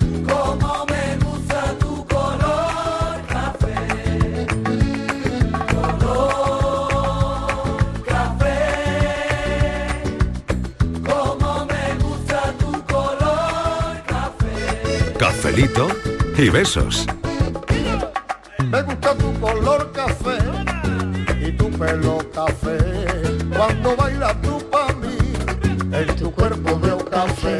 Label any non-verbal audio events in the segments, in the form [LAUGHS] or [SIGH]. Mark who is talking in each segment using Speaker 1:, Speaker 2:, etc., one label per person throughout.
Speaker 1: Como me gusta tu color café, color café. Como me gusta tu color café.
Speaker 2: Cafelito y besos.
Speaker 3: Me gusta tu color café y tu pelo café. Cuando bailas tú para mí, en tu cuerpo veo café.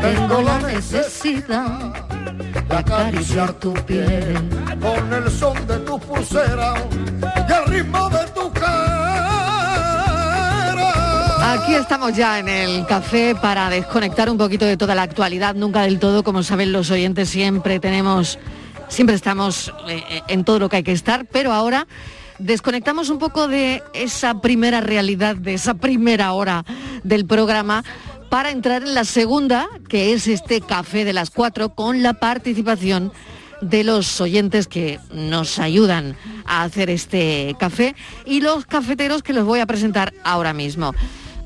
Speaker 3: Tengo la necesidad de acariciar tu piel con el son de tus pulseras y el ritmo de tu cara.
Speaker 4: Aquí estamos ya en el café para desconectar un poquito de toda la actualidad, nunca del todo, como saben los oyentes, siempre tenemos, siempre estamos eh, eh, en todo lo que hay que estar, pero ahora desconectamos un poco de esa primera realidad, de esa primera hora del programa para entrar en la segunda, que es este café de las cuatro, con la participación de los oyentes que nos ayudan a hacer este café y los cafeteros que los voy a presentar ahora mismo.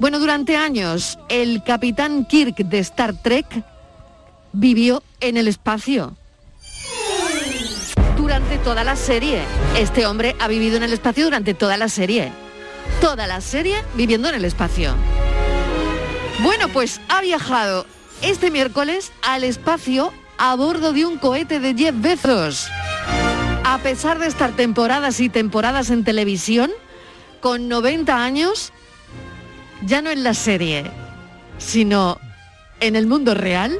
Speaker 4: Bueno, durante años el capitán Kirk de Star Trek vivió en el espacio. Durante toda la serie. Este hombre ha vivido en el espacio durante toda la serie. Toda la serie viviendo en el espacio. Bueno, pues ha viajado este miércoles al espacio a bordo de un cohete de 10 Bezos. A pesar de estar temporadas y temporadas en televisión, con 90 años, ya no en la serie, sino en el mundo real,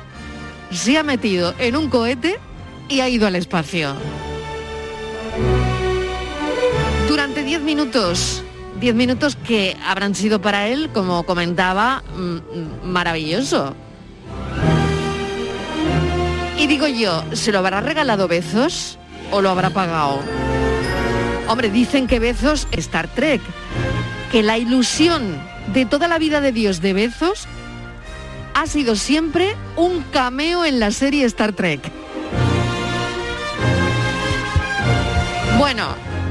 Speaker 4: se ha metido en un cohete y ha ido al espacio. Durante 10 minutos, 10 minutos que habrán sido para él, como comentaba, mm, mm, maravilloso. Y digo yo, ¿se lo habrá regalado Bezos o lo habrá pagado? Hombre, dicen que Bezos, Star Trek, que la ilusión de toda la vida de Dios de Bezos ha sido siempre un cameo en la serie Star Trek. Bueno,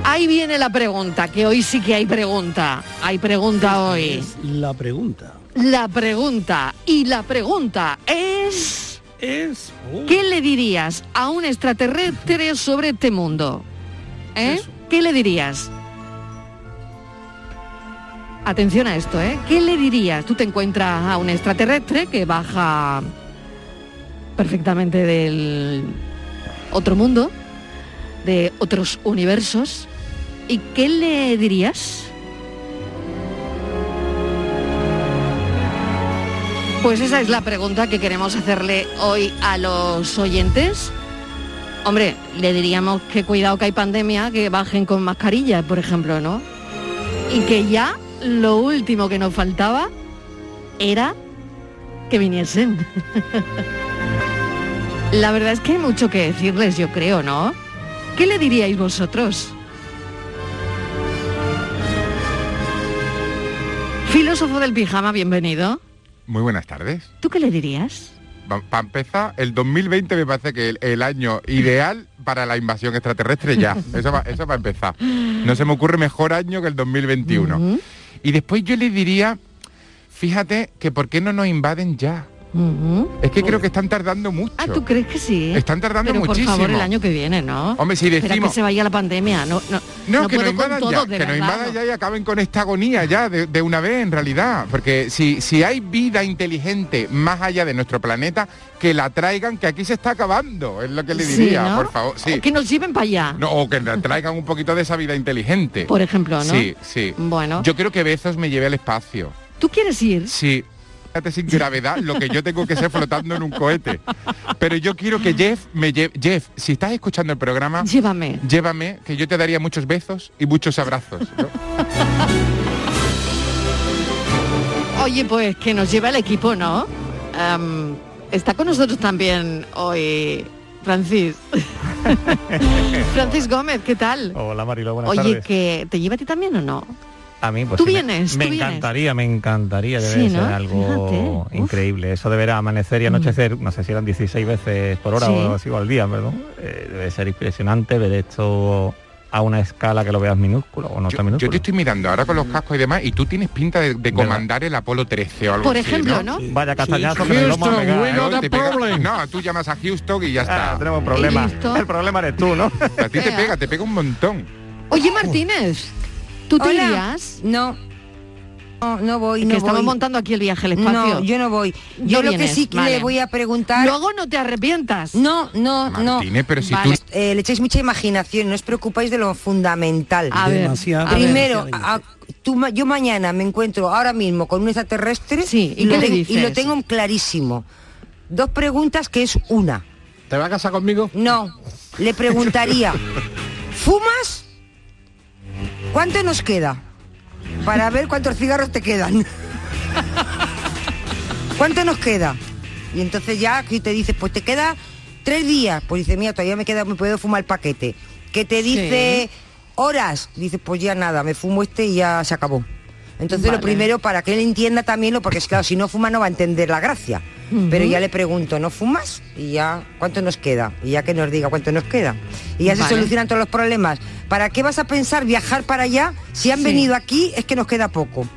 Speaker 4: ahí viene la pregunta, que hoy sí que hay pregunta. Hay pregunta hoy.
Speaker 5: La pregunta
Speaker 4: La pregunta, y la pregunta es...
Speaker 5: es...
Speaker 6: Oh.
Speaker 4: ¿Qué le dirías a un extraterrestre sobre este mundo? ¿Eh? ¿Qué le dirías? Atención a esto, ¿eh? ¿Qué le dirías? Tú te encuentras a un extraterrestre que baja perfectamente del otro mundo, de otros universos. ¿Y qué le dirías? Pues esa es la pregunta que queremos hacerle hoy a los oyentes. Hombre, le diríamos que cuidado que hay pandemia, que bajen con mascarillas, por ejemplo, ¿no? Y que ya lo último que nos faltaba era que viniesen. [LAUGHS] la verdad es que hay mucho que decirles, yo creo, ¿no? ¿Qué le diríais vosotros? Filósofo del pijama, bienvenido.
Speaker 7: Muy buenas tardes.
Speaker 4: ¿Tú qué le dirías?
Speaker 7: Para empezar, el 2020 me parece que el, el año ideal para la invasión
Speaker 4: [LAUGHS]
Speaker 7: extraterrestre ya. Eso va, eso para empezar. No se me ocurre mejor año que el 2021. Y después yo le diría, fíjate que por qué no nos invaden ya. Es que creo que están tardando mucho.
Speaker 4: Ah, ¿tú crees que sí?
Speaker 7: Están tardando
Speaker 4: Pero
Speaker 7: muchísimo.
Speaker 4: por favor, el año que viene, ¿no?
Speaker 7: Hombre, si
Speaker 4: Espera
Speaker 7: decimos-
Speaker 4: que se vaya la pandemia. No, no,
Speaker 7: No,
Speaker 4: no
Speaker 7: que nos
Speaker 4: puedo con
Speaker 7: invadan
Speaker 4: todo, de
Speaker 7: ya, que nos
Speaker 4: verdad,
Speaker 7: invadan ya y acaben con esta agonía ya de, de una vez en realidad. Porque si, si hay vida inteligente más allá de nuestro planeta, que la traigan, que aquí se está acabando, es lo que le
Speaker 4: Sí,
Speaker 7: diría,
Speaker 4: ¿no?
Speaker 7: por favor. Sí.
Speaker 4: Que nos lleven para allá.
Speaker 7: No, o que la traigan un poquito de esa vida inteligente.
Speaker 4: Por ejemplo, ¿no?
Speaker 7: Sí, sí.
Speaker 4: Bueno.
Speaker 7: Yo creo que Bezos me lleve al espacio.
Speaker 4: ¿Tú quieres ir?
Speaker 7: Sí. Fíjate sin gravedad lo que yo tengo que ser flotando en un cohete. Pero yo quiero que Jeff me lleve... Jeff, si estás escuchando el programa...
Speaker 4: Llévame.
Speaker 7: Llévame, que yo te daría muchos besos y muchos abrazos. ¿no?
Speaker 4: Oye, pues que nos lleva el equipo, ¿no? Am, está con nosotros también hoy
Speaker 7: [LAUGHS]
Speaker 4: Francis. [LAUGHS] Francis Gómez, ¿qué tal?
Speaker 6: Hola Marilo, buenas
Speaker 4: Oye,
Speaker 6: tardes.
Speaker 4: que ¿te lleva a ti también o no?
Speaker 5: A mí, pues
Speaker 4: Tú
Speaker 5: sí, me-
Speaker 4: vienes,
Speaker 5: Me,
Speaker 4: tú vienes.
Speaker 5: encantaría, me encantaría. Debe
Speaker 4: Sí,
Speaker 5: ser
Speaker 4: ¿no?
Speaker 5: algo
Speaker 4: Fíjate, uf. Mm.
Speaker 5: increíble. Eso de ver amanecer y anochecer, no sé si eran 16 veces por hora
Speaker 4: Sí.
Speaker 5: o así, o al día, perdón. Eh, debe ser impresionante ver esto a una escala que lo veas minúsculo o no
Speaker 7: Yo,
Speaker 5: tan
Speaker 7: yo
Speaker 5: minúsculo.
Speaker 7: te estoy mirando ahora
Speaker 5: Mm.
Speaker 7: con los cascos y demás y tú tienes pinta de, de comandar el Apolo 13 o algo
Speaker 4: Por
Speaker 7: así,
Speaker 4: ejemplo, ¿no?
Speaker 5: Vaya castañazo
Speaker 6: Sí.
Speaker 5: que me lo vamos a
Speaker 6: Houston,
Speaker 5: pegar,
Speaker 6: we
Speaker 5: ¿eh?
Speaker 6: got
Speaker 7: Claro,
Speaker 6: a
Speaker 7: te pega-
Speaker 6: problem.
Speaker 7: No, tú llamas a Houston y ya
Speaker 5: Ah,
Speaker 7: está.
Speaker 5: tenemos problemas.
Speaker 4: listo.
Speaker 5: El problema eres tú, ¿no?
Speaker 7: a ti te
Speaker 4: Fea.
Speaker 7: pega, te pega un montón.
Speaker 4: Oye, Martínez, ¿tú te
Speaker 8: Hola.
Speaker 4: irías?
Speaker 8: No. No, no voy,
Speaker 4: Que
Speaker 8: no
Speaker 4: estamos
Speaker 8: voy.
Speaker 4: montando aquí el viaje al espacio.
Speaker 8: No, yo no voy. Yo
Speaker 4: No
Speaker 8: lo
Speaker 4: vienes,
Speaker 8: que sí que
Speaker 4: vale.
Speaker 8: le voy a preguntar.
Speaker 4: Luego no te arrepientas.
Speaker 8: No, no, no.
Speaker 7: Martínez, pero si
Speaker 4: Vale.
Speaker 7: tú...
Speaker 8: Eh, le echáis mucha imaginación, no os preocupáis de lo fundamental.
Speaker 4: A ver,
Speaker 6: Demasiado.
Speaker 4: a ver.
Speaker 8: Primero, a- tú ma- yo mañana me encuentro ahora mismo con un extraterrestre
Speaker 4: Sí, ¿y
Speaker 8: lo
Speaker 4: qué le
Speaker 8: ten-
Speaker 4: dices?
Speaker 8: y lo tengo clarísimo. Dos preguntas que es una.
Speaker 6: ¿Te vas a casar conmigo?
Speaker 8: No, le
Speaker 9: [LAUGHS]
Speaker 8: preguntaría, ¿fumas? ¿Cuánto nos queda? Para ver cuántos cigarros te quedan. [LAUGHS] ¿Cuánto nos queda? Y entonces ya aquí te dices, pues te queda tres días. Pues dice, mira, todavía me queda, me puedo fumar el paquete. Que te dice horas. Dices, pues ya nada, me fumo este y ya se acabó. Entonces
Speaker 4: Vale.
Speaker 8: lo primero, para que él entienda también lo, porque es claro, si no fuma no va a entender la gracia. Pero ya le pregunto, ¿no fumas? Y ya, ¿cuánto nos queda? Y ya que nos diga cuánto nos queda. Y ya se
Speaker 4: Vale.
Speaker 8: solucionan todos los problemas. ¿Para qué vas a pensar viajar para allá? Si han
Speaker 4: Sí.
Speaker 8: venido aquí es que nos queda poco.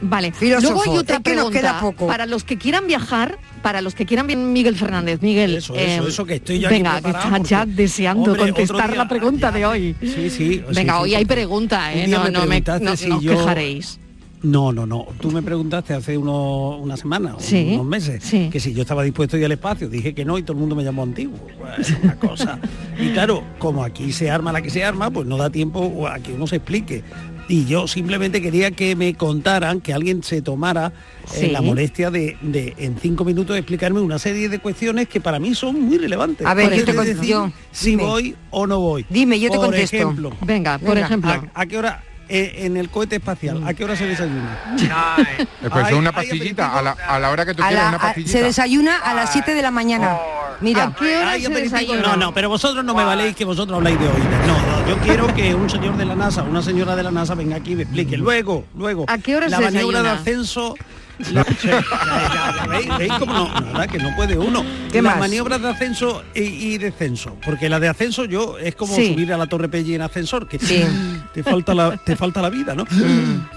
Speaker 4: Vale.
Speaker 8: Filósofo,
Speaker 4: Luego hay otra
Speaker 8: es que nos
Speaker 4: pregunta.
Speaker 8: queda poco.
Speaker 4: Para los que quieran viajar, para los que quieran bien Miguel Fernández, Miguel.
Speaker 6: Eso, eso,
Speaker 4: eh,
Speaker 6: eso que estoy yo aquí
Speaker 4: Venga, que
Speaker 6: preparado
Speaker 4: estás ya
Speaker 6: porque-
Speaker 4: deseando
Speaker 6: Hombre, otro
Speaker 4: contestar
Speaker 6: día-
Speaker 4: la pregunta de hoy.
Speaker 6: Sí, sí. sí,
Speaker 4: Venga,
Speaker 6: sí,
Speaker 4: hoy hay
Speaker 6: porque
Speaker 4: pregunta, ¿eh?
Speaker 6: un día
Speaker 4: No,
Speaker 6: me
Speaker 4: no me
Speaker 6: preguntaste
Speaker 4: no,
Speaker 6: si
Speaker 4: no os
Speaker 6: yo-
Speaker 4: quejaréis.
Speaker 6: No, no, no. Tú me preguntaste hace uno- una semana, o
Speaker 4: Sí,
Speaker 6: unos meses,
Speaker 4: sí.
Speaker 6: que si yo estaba dispuesto a ir al espacio. Dije que no y todo el mundo me llamó antiguo. Bueno, Es una
Speaker 4: [LAUGHS]
Speaker 6: cosa. Y claro, como aquí se arma la que se arma, pues no da tiempo a que uno se explique. Y yo simplemente quería que me contaran, que alguien se tomara eh,
Speaker 4: Sí.
Speaker 6: la molestia de, de, en cinco minutos, explicarme una serie de cuestiones que para mí son muy relevantes.
Speaker 8: A ver,
Speaker 6: Por
Speaker 4: yo te
Speaker 6: ejemplo,
Speaker 8: con-
Speaker 6: decir
Speaker 8: yo-
Speaker 6: si
Speaker 8: dime.
Speaker 6: voy o no voy.
Speaker 8: Dime, yo te
Speaker 6: Por
Speaker 8: contesto.
Speaker 6: ejemplo,
Speaker 4: Venga, por
Speaker 8: Venga,
Speaker 4: ejemplo.
Speaker 6: ¿A, a qué hora? eh, en el cohete espacial, ¿a qué hora se desayuna?
Speaker 7: Eh, pues
Speaker 6: Ay,
Speaker 7: una
Speaker 6: ay,
Speaker 7: pastillita, a la, a la hora que tú
Speaker 8: A
Speaker 7: quieras,
Speaker 8: la-
Speaker 7: una
Speaker 8: a-
Speaker 7: pastillita.
Speaker 8: se desayuna a las 7 de la mañana. Mira,
Speaker 4: ¿A qué hora
Speaker 6: Ay,
Speaker 4: se
Speaker 6: aperitivo,
Speaker 4: desayuna?
Speaker 6: No, no, pero vosotros no me valéis que vosotros habláis de oídas. No, no, yo quiero que un señor de la NASA, una señora de la NASA venga aquí y me explique. Luego, luego.
Speaker 4: ¿A qué hora
Speaker 6: La
Speaker 4: se
Speaker 6: maniobra de
Speaker 4: desayuna?
Speaker 6: ascenso. la- ya, ya, ya, ¿Veis? ¿Veis cómo no? Nada, que no puede uno.
Speaker 8: ¿Qué
Speaker 6: Las
Speaker 8: más?
Speaker 6: maniobras de ascenso y, y descenso. Porque la de ascenso yo es como
Speaker 4: Sí.
Speaker 6: subir a la Torre Pelli en ascensor, que
Speaker 8: Sí.
Speaker 6: te falta la, te falta la vida, ¿no?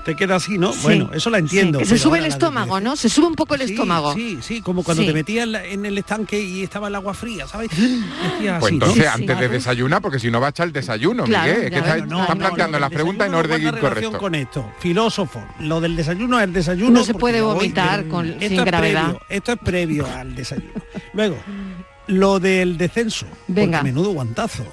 Speaker 6: Te queda así, ¿no?
Speaker 4: Mm. Sí.
Speaker 6: Bueno, eso la
Speaker 4: Sí,
Speaker 6: entiendo.
Speaker 4: que se
Speaker 6: pero
Speaker 4: sube
Speaker 6: ahora
Speaker 4: el
Speaker 6: la de
Speaker 4: estómago, ¿no? Se sube un poco el
Speaker 6: Sí,
Speaker 4: estómago.
Speaker 6: Sí, sí, como cuando
Speaker 4: Sí.
Speaker 6: te metías en, la- en el estanque y estaba el agua fría,
Speaker 4: [GASPS]
Speaker 6: ¿sabes? Decías
Speaker 7: Pues
Speaker 6: así, ¿no?
Speaker 7: entonces,
Speaker 4: Ah, Sí, sí.
Speaker 7: antes de desayunar, porque si no va a echar el desayuno,
Speaker 4: Claro,
Speaker 7: Miguel. es que
Speaker 4: ya
Speaker 7: estás
Speaker 4: ves, no,
Speaker 7: estás
Speaker 4: no,
Speaker 7: planteando
Speaker 6: lo
Speaker 7: las
Speaker 6: del
Speaker 7: preguntas en
Speaker 6: desayuno
Speaker 7: orden
Speaker 6: guarda relación
Speaker 7: incorrecto.
Speaker 6: con esto, filósofo, lo del desayuno es el desayuno.
Speaker 4: No se
Speaker 6: porque
Speaker 4: puede
Speaker 6: ya voy
Speaker 4: vomitar
Speaker 6: bien.
Speaker 4: con-
Speaker 6: Esto
Speaker 4: sin
Speaker 6: es
Speaker 4: gravedad.
Speaker 6: previo, esto es previo al desayuno. Luego, lo del descenso. porque
Speaker 4: Venga.
Speaker 6: menudo guantazo.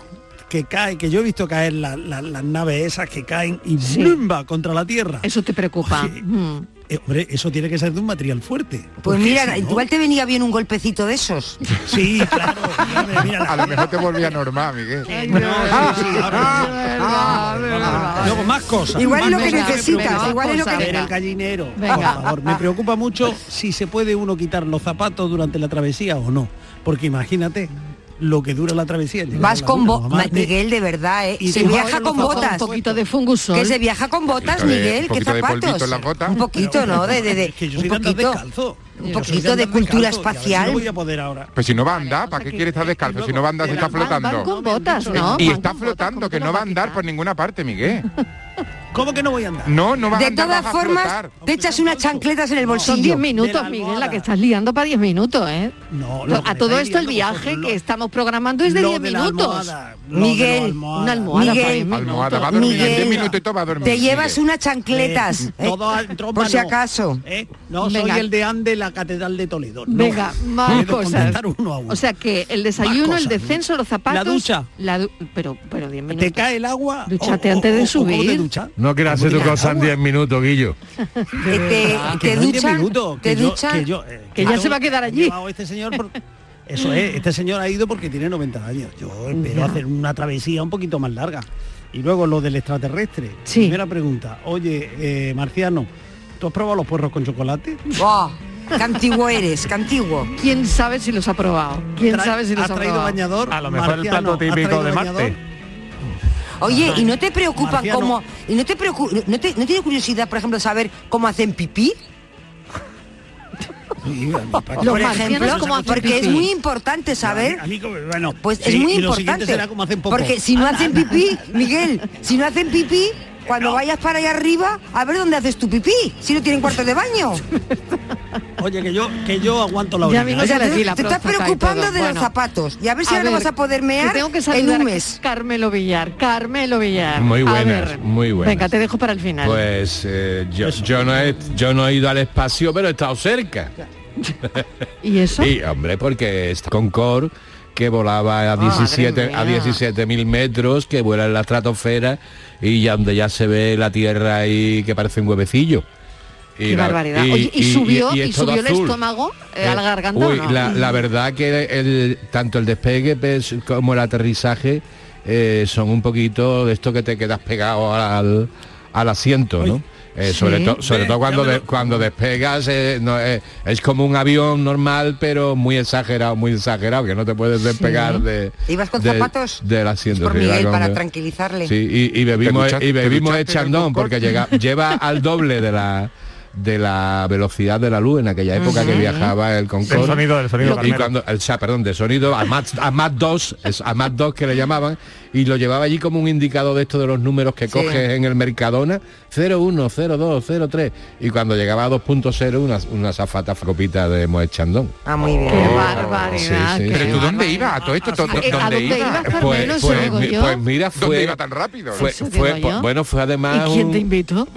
Speaker 6: Que cae, que yo he visto caer la- la- las naves esas que caen y
Speaker 4: Sí.
Speaker 6: ¡blumba! contra la tierra.
Speaker 4: Eso te preocupa.
Speaker 6: Oye,
Speaker 4: Mm.
Speaker 6: Eh, hombre, eso tiene que ser de un material fuerte.
Speaker 8: pues
Speaker 6: porque
Speaker 8: mira,
Speaker 6: si no-
Speaker 8: igual te venía bien un golpecito de esos.
Speaker 6: Sí, claro.
Speaker 8: [LAUGHS]
Speaker 6: mira, mira, la-
Speaker 7: A lo mejor te volvía normal, Miguel.
Speaker 6: No, sí, sí, ahora-
Speaker 4: Ah, verdad.
Speaker 6: Luego más cosas.
Speaker 8: Igual es
Speaker 6: más
Speaker 8: lo que
Speaker 6: cosas me
Speaker 8: necesitas,
Speaker 6: preocupan.
Speaker 8: igual es lo
Speaker 4: que-
Speaker 6: Ver el gallinero.
Speaker 4: Venga.
Speaker 6: Por favor, me preocupa mucho si se puede uno quitar los zapatos durante la travesía o no, porque imagínate lo que dura la travesía. llegar
Speaker 8: Vas
Speaker 6: a la
Speaker 8: con
Speaker 6: luna,
Speaker 8: botas,
Speaker 6: mamá, de-
Speaker 8: Miguel, de verdad, ¿eh?
Speaker 6: y
Speaker 8: se
Speaker 6: tú-
Speaker 8: viaja
Speaker 6: Bueno,
Speaker 8: con
Speaker 6: por favor,
Speaker 8: botas.
Speaker 4: Un poquito de ¿eh? fungusol.
Speaker 8: Que se viaja con botas,
Speaker 7: Poquito de-
Speaker 8: Miguel, ¿qué
Speaker 7: poquito de
Speaker 8: zapatos?
Speaker 7: polvito en las botas.
Speaker 8: Un poquito, ¿no? De, de, de-
Speaker 6: Es que yo
Speaker 8: un
Speaker 6: soy de andar
Speaker 8: poquito,
Speaker 6: descalzo.
Speaker 8: un
Speaker 6: Yo soy
Speaker 8: poquito de
Speaker 6: andar
Speaker 8: cultura
Speaker 6: descalzo, y a ver si
Speaker 8: espacial.
Speaker 6: no voy a poder ahora.
Speaker 7: Pues si no va a andar,
Speaker 4: Vale,
Speaker 7: ¿para
Speaker 4: o sea
Speaker 7: qué
Speaker 4: que-
Speaker 7: quiere estar descalzo? Si no va a andar, se está
Speaker 4: Van- van
Speaker 7: flotando.
Speaker 4: con botas, ¿no?
Speaker 7: Y
Speaker 4: Van
Speaker 7: está
Speaker 4: con botas,
Speaker 7: flotando,
Speaker 4: con
Speaker 7: que
Speaker 4: una
Speaker 7: no va a andar
Speaker 4: patita.
Speaker 7: por ninguna parte, Miguel.
Speaker 6: [LAUGHS] ¿Cómo que no voy a andar?
Speaker 7: No, no va a
Speaker 8: De
Speaker 7: andar,
Speaker 8: todas
Speaker 7: vas a
Speaker 8: formas,
Speaker 7: flotar.
Speaker 8: te echas unas chancletas en el
Speaker 4: Son
Speaker 8: bolsillo.
Speaker 4: 10
Speaker 6: De
Speaker 4: minutos,
Speaker 6: la
Speaker 4: Miguel, la
Speaker 6: almohada.
Speaker 4: que estás liando para 10 minutos, ¿eh?
Speaker 6: No, lo que
Speaker 4: a
Speaker 6: me
Speaker 4: todo
Speaker 6: estáis
Speaker 4: esto el
Speaker 6: liando vosotros,
Speaker 4: viaje
Speaker 6: lo-
Speaker 4: que estamos programando es de
Speaker 6: lo
Speaker 4: 10
Speaker 6: de la
Speaker 4: minutos.
Speaker 6: almohada, lo de la
Speaker 8: Miguel,
Speaker 6: almohada.
Speaker 4: Una almohada
Speaker 8: Miguel,
Speaker 4: para 10 minutos.
Speaker 7: Almohada, va a dormir en
Speaker 8: Miguel,
Speaker 7: 10 minutos y todo va a dormir.
Speaker 8: Te llevas
Speaker 7: Miguel.
Speaker 8: unas chancletas,
Speaker 6: Eh,
Speaker 8: ¿eh?
Speaker 6: todo al- trompa
Speaker 8: por si
Speaker 6: no,
Speaker 8: acaso.
Speaker 6: ¿eh? No
Speaker 4: Venga.
Speaker 6: soy el deán de la Catedral de Toledo. no.
Speaker 4: Venga, más
Speaker 6: Puedo
Speaker 4: cosas.
Speaker 6: contestar uno a uno.
Speaker 4: O sea que el desayuno,
Speaker 6: Más
Speaker 4: el
Speaker 6: cosas.
Speaker 4: descenso, los zapatos.
Speaker 6: La ducha.
Speaker 4: la du- pero, pero 10 minutos.
Speaker 6: te cae el agua.
Speaker 4: Dúchate antes de
Speaker 6: ¿cómo te
Speaker 4: subir.
Speaker 6: duchas?
Speaker 9: No quieras hacer tu
Speaker 6: ¿Cómo te cae
Speaker 9: cosa
Speaker 6: el
Speaker 9: en
Speaker 6: agua?
Speaker 9: 10 minutos, Guillo.
Speaker 6: Eh,
Speaker 8: Que te,
Speaker 6: Ah, Que
Speaker 8: te
Speaker 6: no en 10
Speaker 8: duchan,
Speaker 6: minutos,
Speaker 8: te
Speaker 6: que yo-
Speaker 8: duchan.
Speaker 6: que yo, eh,
Speaker 4: Que ya se va a quedar
Speaker 6: he
Speaker 4: allí.
Speaker 6: llevado a este señor
Speaker 4: [LAUGHS]
Speaker 6: por- Eso es, este señor ha ido porque tiene 90 años. Yo espero
Speaker 4: Ya.
Speaker 6: hacer una travesía un poquito más larga. Y luego lo del extraterrestre.
Speaker 4: Sí.
Speaker 6: Primera pregunta. Oye, eh, Marciano, ¿tú has probado los puerros con chocolate?
Speaker 8: ¡Oh! ¡Qué antiguo eres! ¡Qué antiguo!
Speaker 4: ¿Quién sabe si los ha probado? ¿Quién
Speaker 6: Tra-
Speaker 4: sabe si los
Speaker 6: ¿Has
Speaker 4: ha
Speaker 6: traído
Speaker 4: probado?
Speaker 6: bañador?
Speaker 5: A lo mejor el plato
Speaker 6: ¿has
Speaker 5: típico
Speaker 6: traído
Speaker 5: de Marte.
Speaker 6: bañador?
Speaker 8: Oye, ¿y no te preocupan
Speaker 6: Marciano.
Speaker 8: cómo... ¿Y no te preocu- no, te- no tienes curiosidad, por ejemplo, saber cómo hacen pipí?
Speaker 6: Sí, a mí, ¿para qué?
Speaker 4: Los
Speaker 8: por
Speaker 4: marcianos
Speaker 8: ejemplo,
Speaker 4: cómo hacen
Speaker 8: porque es
Speaker 4: pipí.
Speaker 8: muy importante saber...
Speaker 6: A mí, como- bueno,
Speaker 8: Pues es
Speaker 6: sí,
Speaker 8: muy
Speaker 6: y lo siguiente
Speaker 8: importante.
Speaker 6: será cómo hacen popó.
Speaker 8: porque si no hacen pipí, Miguel, si no hacen pipí, cuando vayas para allá arriba, a ver dónde haces tu pipí, si no tienen cuarto de baño.
Speaker 6: Oye, que yo, que yo aguanto la
Speaker 4: Ya
Speaker 6: orina.
Speaker 4: mismo
Speaker 6: ¿eh?
Speaker 4: ya- le
Speaker 8: te,
Speaker 4: di la
Speaker 8: te estás
Speaker 4: próstata y
Speaker 8: preocupando
Speaker 4: todo.
Speaker 8: de
Speaker 4: Bueno.
Speaker 8: los zapatos. Y a
Speaker 4: [LAUGHS]
Speaker 8: ver si ahora no vas a poder
Speaker 4: que
Speaker 8: mear
Speaker 4: tengo que
Speaker 8: en
Speaker 4: saludar
Speaker 8: un
Speaker 4: a
Speaker 8: mes.
Speaker 4: Carmelo Villar, Carmelo Villar.
Speaker 9: Muy
Speaker 4: A
Speaker 9: buenas, muy buenas.
Speaker 4: Venga, te dejo para el final.
Speaker 9: Pues eh, yo, yo no he, yo no he ido al espacio, pero he estado cerca.
Speaker 4: [LAUGHS] ¿Y eso?
Speaker 9: [LAUGHS] Y hombre, porque está Concorde que volaba a
Speaker 4: Ah, madre
Speaker 9: 17 a
Speaker 4: mía.
Speaker 9: 17.000 metros, que vuela en la estratosfera y ya donde ya se ve la Tierra ahí que parece un huevecillo. Y
Speaker 4: Qué
Speaker 9: la-
Speaker 4: barbaridad. Oye, ¿y subió- y
Speaker 9: es todo
Speaker 4: subió el
Speaker 9: azul.
Speaker 4: estómago, eh, a la garganta
Speaker 9: uy,
Speaker 4: o no?
Speaker 9: la, la verdad que el, tanto el despegue pues, como el aterrizaje eh, son un poquito de esto que te quedas pegado al, al asiento, ¿no? Eh, sobre,
Speaker 4: Sí.
Speaker 9: to- sobre
Speaker 6: Ve,
Speaker 9: todo cuando,
Speaker 6: ya me
Speaker 9: de-
Speaker 6: lo-
Speaker 9: cuando despegas eh, no, eh, es como un avión normal pero muy exagerado muy exagerado que no te puedes despegar de
Speaker 8: ¿Ibas con
Speaker 9: de-
Speaker 8: zapatos? Pues
Speaker 9: del asiento
Speaker 8: por
Speaker 9: sí, iba
Speaker 8: Miguel,
Speaker 9: con-
Speaker 8: para tranquilizarle.
Speaker 9: sí, y, y
Speaker 7: ¿Te
Speaker 9: bebimos eh,
Speaker 7: duchaste-
Speaker 9: y bebimos
Speaker 7: te duchaste en
Speaker 9: el
Speaker 7: el
Speaker 9: chandón
Speaker 7: Concorde?
Speaker 9: porque llega lleva al doble de la de la velocidad de la luz en aquella época que viajaba el Concorde
Speaker 5: El sonido del sonido,
Speaker 9: y
Speaker 5: Carmelo.
Speaker 9: cuando el o sea, perdón de sonido a más a más dos es a más dos que le llamaban y lo llevaba allí como un indicador de esto de los números que coges en el Mercadona 01 02 03 y cuando llegaba a 2.0 una una zafata copita de Moët Chandon
Speaker 8: Ah, muy bien.
Speaker 4: Qué
Speaker 9: Oh,
Speaker 4: barbaridad.
Speaker 9: sí, sí.
Speaker 4: qué
Speaker 7: Pero tú dónde
Speaker 4: barbaridad. Eh,
Speaker 7: ibas a todo esto,
Speaker 4: ¿A-
Speaker 7: ¿Dó-
Speaker 4: a
Speaker 7: ¿dónde
Speaker 4: dónde ibas,
Speaker 7: ibas?
Speaker 4: Carmelo?
Speaker 9: pues,
Speaker 4: Eso
Speaker 9: pues,
Speaker 4: digo
Speaker 9: mi-
Speaker 4: yo.
Speaker 9: pues mira fue
Speaker 7: ¿Dónde iba tan rápido?
Speaker 9: fue,
Speaker 4: Eso
Speaker 9: fue- pues,
Speaker 4: digo yo.
Speaker 9: bueno fue
Speaker 4: ¿Y
Speaker 9: además
Speaker 4: quién te
Speaker 9: un-
Speaker 4: invitó?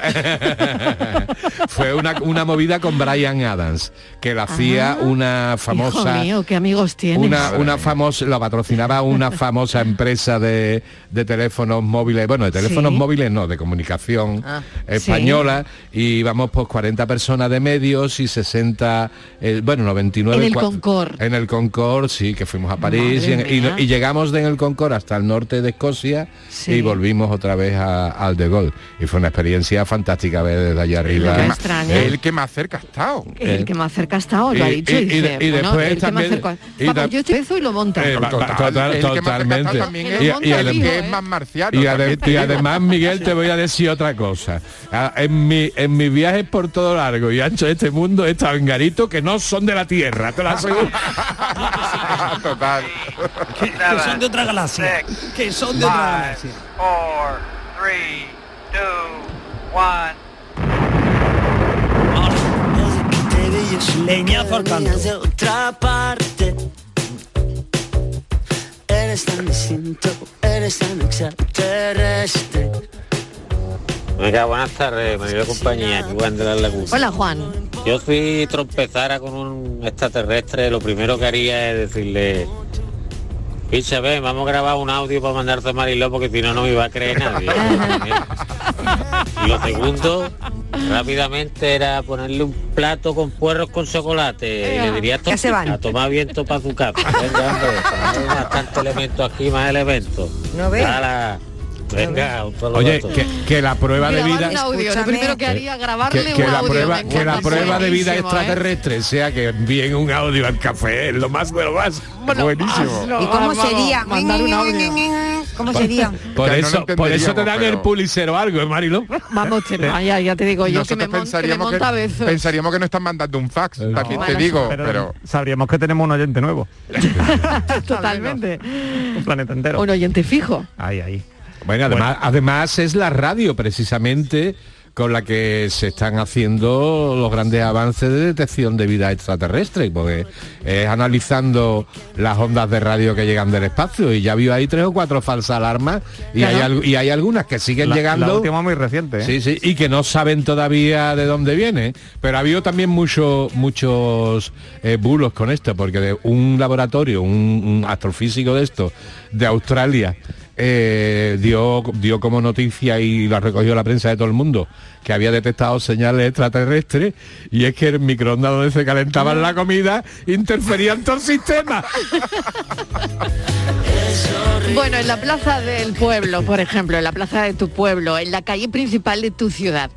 Speaker 9: [LAUGHS] fue una, una movida con Brian Adams, que la hacía
Speaker 4: Ah,
Speaker 9: una
Speaker 4: Hijo
Speaker 9: famosa.
Speaker 4: mío, qué amigos tienes.
Speaker 9: Una, una famosa, la
Speaker 4: [LAUGHS]
Speaker 9: patrocinaba una famosa empresa de, de teléfonos móviles, bueno, de teléfonos
Speaker 4: Sí. Ah,
Speaker 9: móviles no, de comunicación española, y íbamos pues 40 personas de medios y 60, eh, bueno, 99.
Speaker 4: En el
Speaker 9: cua-
Speaker 4: Concorde.
Speaker 9: En el Concorde, sí, que fuimos a París, y, en-
Speaker 4: Madre
Speaker 9: y no-
Speaker 4: mía.
Speaker 9: y llegamos de en el Concorde hasta el norte de Escocia
Speaker 4: Sí.
Speaker 9: y volvimos otra vez a- al De Gaulle. Y fue una experiencia fantástica ver desde allá arriba. ¿eh?
Speaker 4: que
Speaker 7: Ma-
Speaker 4: extraño.
Speaker 7: El que más cerca ha estado.
Speaker 4: el que más cerca ha estado, lo ha
Speaker 9: y-
Speaker 4: dicho.
Speaker 9: y- y
Speaker 4: dice,
Speaker 9: de- y
Speaker 4: bueno, el
Speaker 9: después
Speaker 4: que más
Speaker 9: también-
Speaker 4: cerca.
Speaker 9: y
Speaker 4: Vamos,
Speaker 9: da-
Speaker 4: yo te bezo y lo monta.
Speaker 9: Eh, va- va- total-
Speaker 7: el que más cerca ha
Speaker 9: totalmente.
Speaker 7: estado también
Speaker 4: Y-
Speaker 7: es
Speaker 4: y
Speaker 7: el
Speaker 4: adem-
Speaker 7: que es más marciano.
Speaker 9: Y,
Speaker 7: también
Speaker 9: ade-
Speaker 7: te
Speaker 9: y
Speaker 7: digo.
Speaker 9: además, Miguel, te voy a decir otra cosa. Ah, En mi, en mi viaje por todo largo y ancho de este mundo he estado en garitos que no son de la Tierra, te lo [LAUGHS] aseguro.
Speaker 7: Total.
Speaker 6: que, [LAUGHS] que son de otra galaxia. Que son de otra galaxia. Leñazo al canto.
Speaker 1: de otra parte. Eres tan distinto, eres tan extraterrestre.
Speaker 10: Oiga, buenas tardes, me dio compañía, aquí Juan de la Laguna.
Speaker 4: Hola, Juan.
Speaker 10: Yo si trompezara con un extraterrestre, lo primero que haría es decirle, picha, ven, vamos a grabar un audio para mandarte a Mariló, porque si no, no me iba a
Speaker 8: [LAUGHS]
Speaker 10: creer nadie. y lo segundo, rápidamente, era ponerle un plato con puerros con chocolate. Y le diría a
Speaker 8: Ya se van.
Speaker 10: a tomar viento para su casa. Venga, hombre, tenemos bastante elementos aquí, más elementos.
Speaker 8: ¿No ves?
Speaker 10: Ala, Venga, un saludo a
Speaker 9: Oye,
Speaker 10: todos.
Speaker 9: que, que la prueba de
Speaker 4: Grabar
Speaker 9: vida...
Speaker 4: un audio. Lo
Speaker 8: Escúchame.
Speaker 4: primero que haría, grabarle
Speaker 9: que, que
Speaker 4: un
Speaker 9: la
Speaker 4: audio.
Speaker 9: prueba,
Speaker 4: me
Speaker 9: que la
Speaker 4: encanta,
Speaker 9: prueba de vida
Speaker 4: buenísimo, ¿eh?
Speaker 9: extraterrestre sea que envíen un audio al café, es lo más de lo más.
Speaker 7: Buenísimo.
Speaker 4: hazlo.
Speaker 8: ¿Y cómo
Speaker 4: Vamos,
Speaker 8: sería?
Speaker 4: mandar un audio.
Speaker 8: ¿Cómo
Speaker 6: [LAUGHS]
Speaker 8: sería?
Speaker 9: Por
Speaker 7: no lo
Speaker 9: eso, por eso te dan
Speaker 7: entenderíamos,
Speaker 9: el
Speaker 7: pero-
Speaker 9: pulicero o algo, ¿eh, Marilo? [LAUGHS]
Speaker 4: Vamos, Chema, ya, ya te digo yo que
Speaker 7: Eh,
Speaker 4: me,
Speaker 7: Nosotros
Speaker 4: mon- que me
Speaker 7: pensaríamos,
Speaker 4: monta a
Speaker 7: que,
Speaker 4: veces.
Speaker 7: pensaríamos que no están mandando un fax, también te
Speaker 4: Bueno,
Speaker 7: digo,
Speaker 5: Eh, Pero
Speaker 7: pero...
Speaker 5: sabríamos que tenemos un oyente nuevo,
Speaker 4: [LAUGHS] Totalmente.
Speaker 5: un planeta entero.
Speaker 4: Un oyente fijo.
Speaker 5: Ahí, ahí.
Speaker 9: Bueno, además, además es la radio precisamente con la que se están haciendo los grandes avances de detección de vida extraterrestre, porque es analizando las ondas de radio que llegan del espacio y ya vio ahí tres o cuatro falsas alarmas y, hay, al- y hay algunas que siguen
Speaker 5: La,
Speaker 9: llegando.
Speaker 5: la última muy reciente. ¿eh?
Speaker 9: Sí, sí, y que no saben todavía de dónde viene. Pero ha habido también mucho, muchos eh, bulos con esto, porque de un laboratorio, un, un astrofísico de esto, de Australia, eh, dio, dio como noticia y la recogió la prensa de todo el mundo, que había detectado señales extraterrestres, y es que el microondas donde se calentaban la comida interfería en todo el sistema.
Speaker 4: Bueno, en la plaza del pueblo, por ejemplo, en la plaza de tu pueblo, en la calle principal de tu ciudad,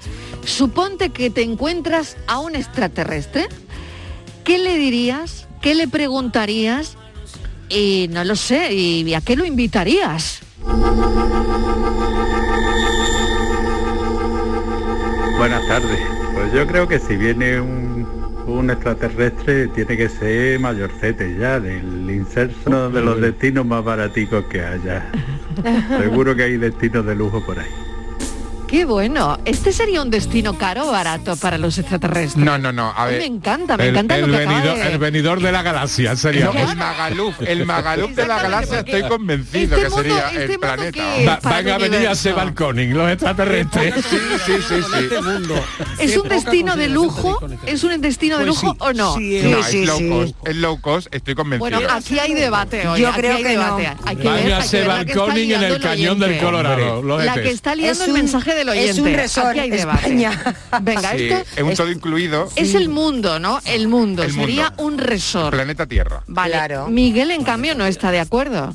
Speaker 4: suponte que te encuentras a un extraterrestre, ¿qué le dirías? ¿Qué le preguntarías? Y no lo sé, ¿y a qué lo invitarías?
Speaker 11: Buenas tardes. Pues yo creo que si viene un, un extraterrestre tiene que ser mayorcete ya, del inserso uno de los destinos más baraticos que haya. Seguro que hay destinos de lujo por ahí.
Speaker 4: [LAUGHS] Qué bueno. Este sería un destino caro o barato para los extraterrestres.
Speaker 7: No, no, no. A ver.
Speaker 4: Me encanta, me encanta
Speaker 9: el,
Speaker 4: lo que acaba
Speaker 9: venidor,
Speaker 4: de-
Speaker 9: el venidor de la galaxia sería.
Speaker 7: El Magaluf, el Magaluf de la galaxia, estoy convencido
Speaker 4: este
Speaker 7: que sería el planeta.
Speaker 9: Va- van a venir a ese balconing los extraterrestres.
Speaker 7: Sí, sí, sí, sí.
Speaker 4: Este ¿Es un destino de lujo? ¿Es un destino de
Speaker 7: Pues
Speaker 4: lujo
Speaker 7: sí,
Speaker 4: o no?
Speaker 7: no, es low cost, es low cost, estoy convencido.
Speaker 4: Bueno, aquí hay debate hoy.
Speaker 8: Yo
Speaker 4: aquí
Speaker 8: creo
Speaker 4: hay
Speaker 8: que no.
Speaker 4: debate. Hay que
Speaker 7: Van
Speaker 4: ver,
Speaker 7: a
Speaker 4: hay que
Speaker 7: ser
Speaker 4: ver la que está
Speaker 7: balconing en
Speaker 4: liando
Speaker 7: el cañón
Speaker 4: oyente.
Speaker 7: del Colorado, los
Speaker 4: La
Speaker 7: ETs.
Speaker 4: que está liando
Speaker 8: Es
Speaker 4: el
Speaker 8: un-
Speaker 4: mensaje del
Speaker 8: es
Speaker 4: oyente.
Speaker 8: un resort,
Speaker 4: Aquí hay debate.
Speaker 8: España.
Speaker 4: Venga,
Speaker 7: Sí,
Speaker 4: esto
Speaker 7: es un todo incluido.
Speaker 4: es el mundo, ¿no? El mundo.
Speaker 7: El mundo.
Speaker 4: Sería un resort.
Speaker 7: planeta Tierra.
Speaker 4: Vale. Miguel, en cambio, no está de acuerdo.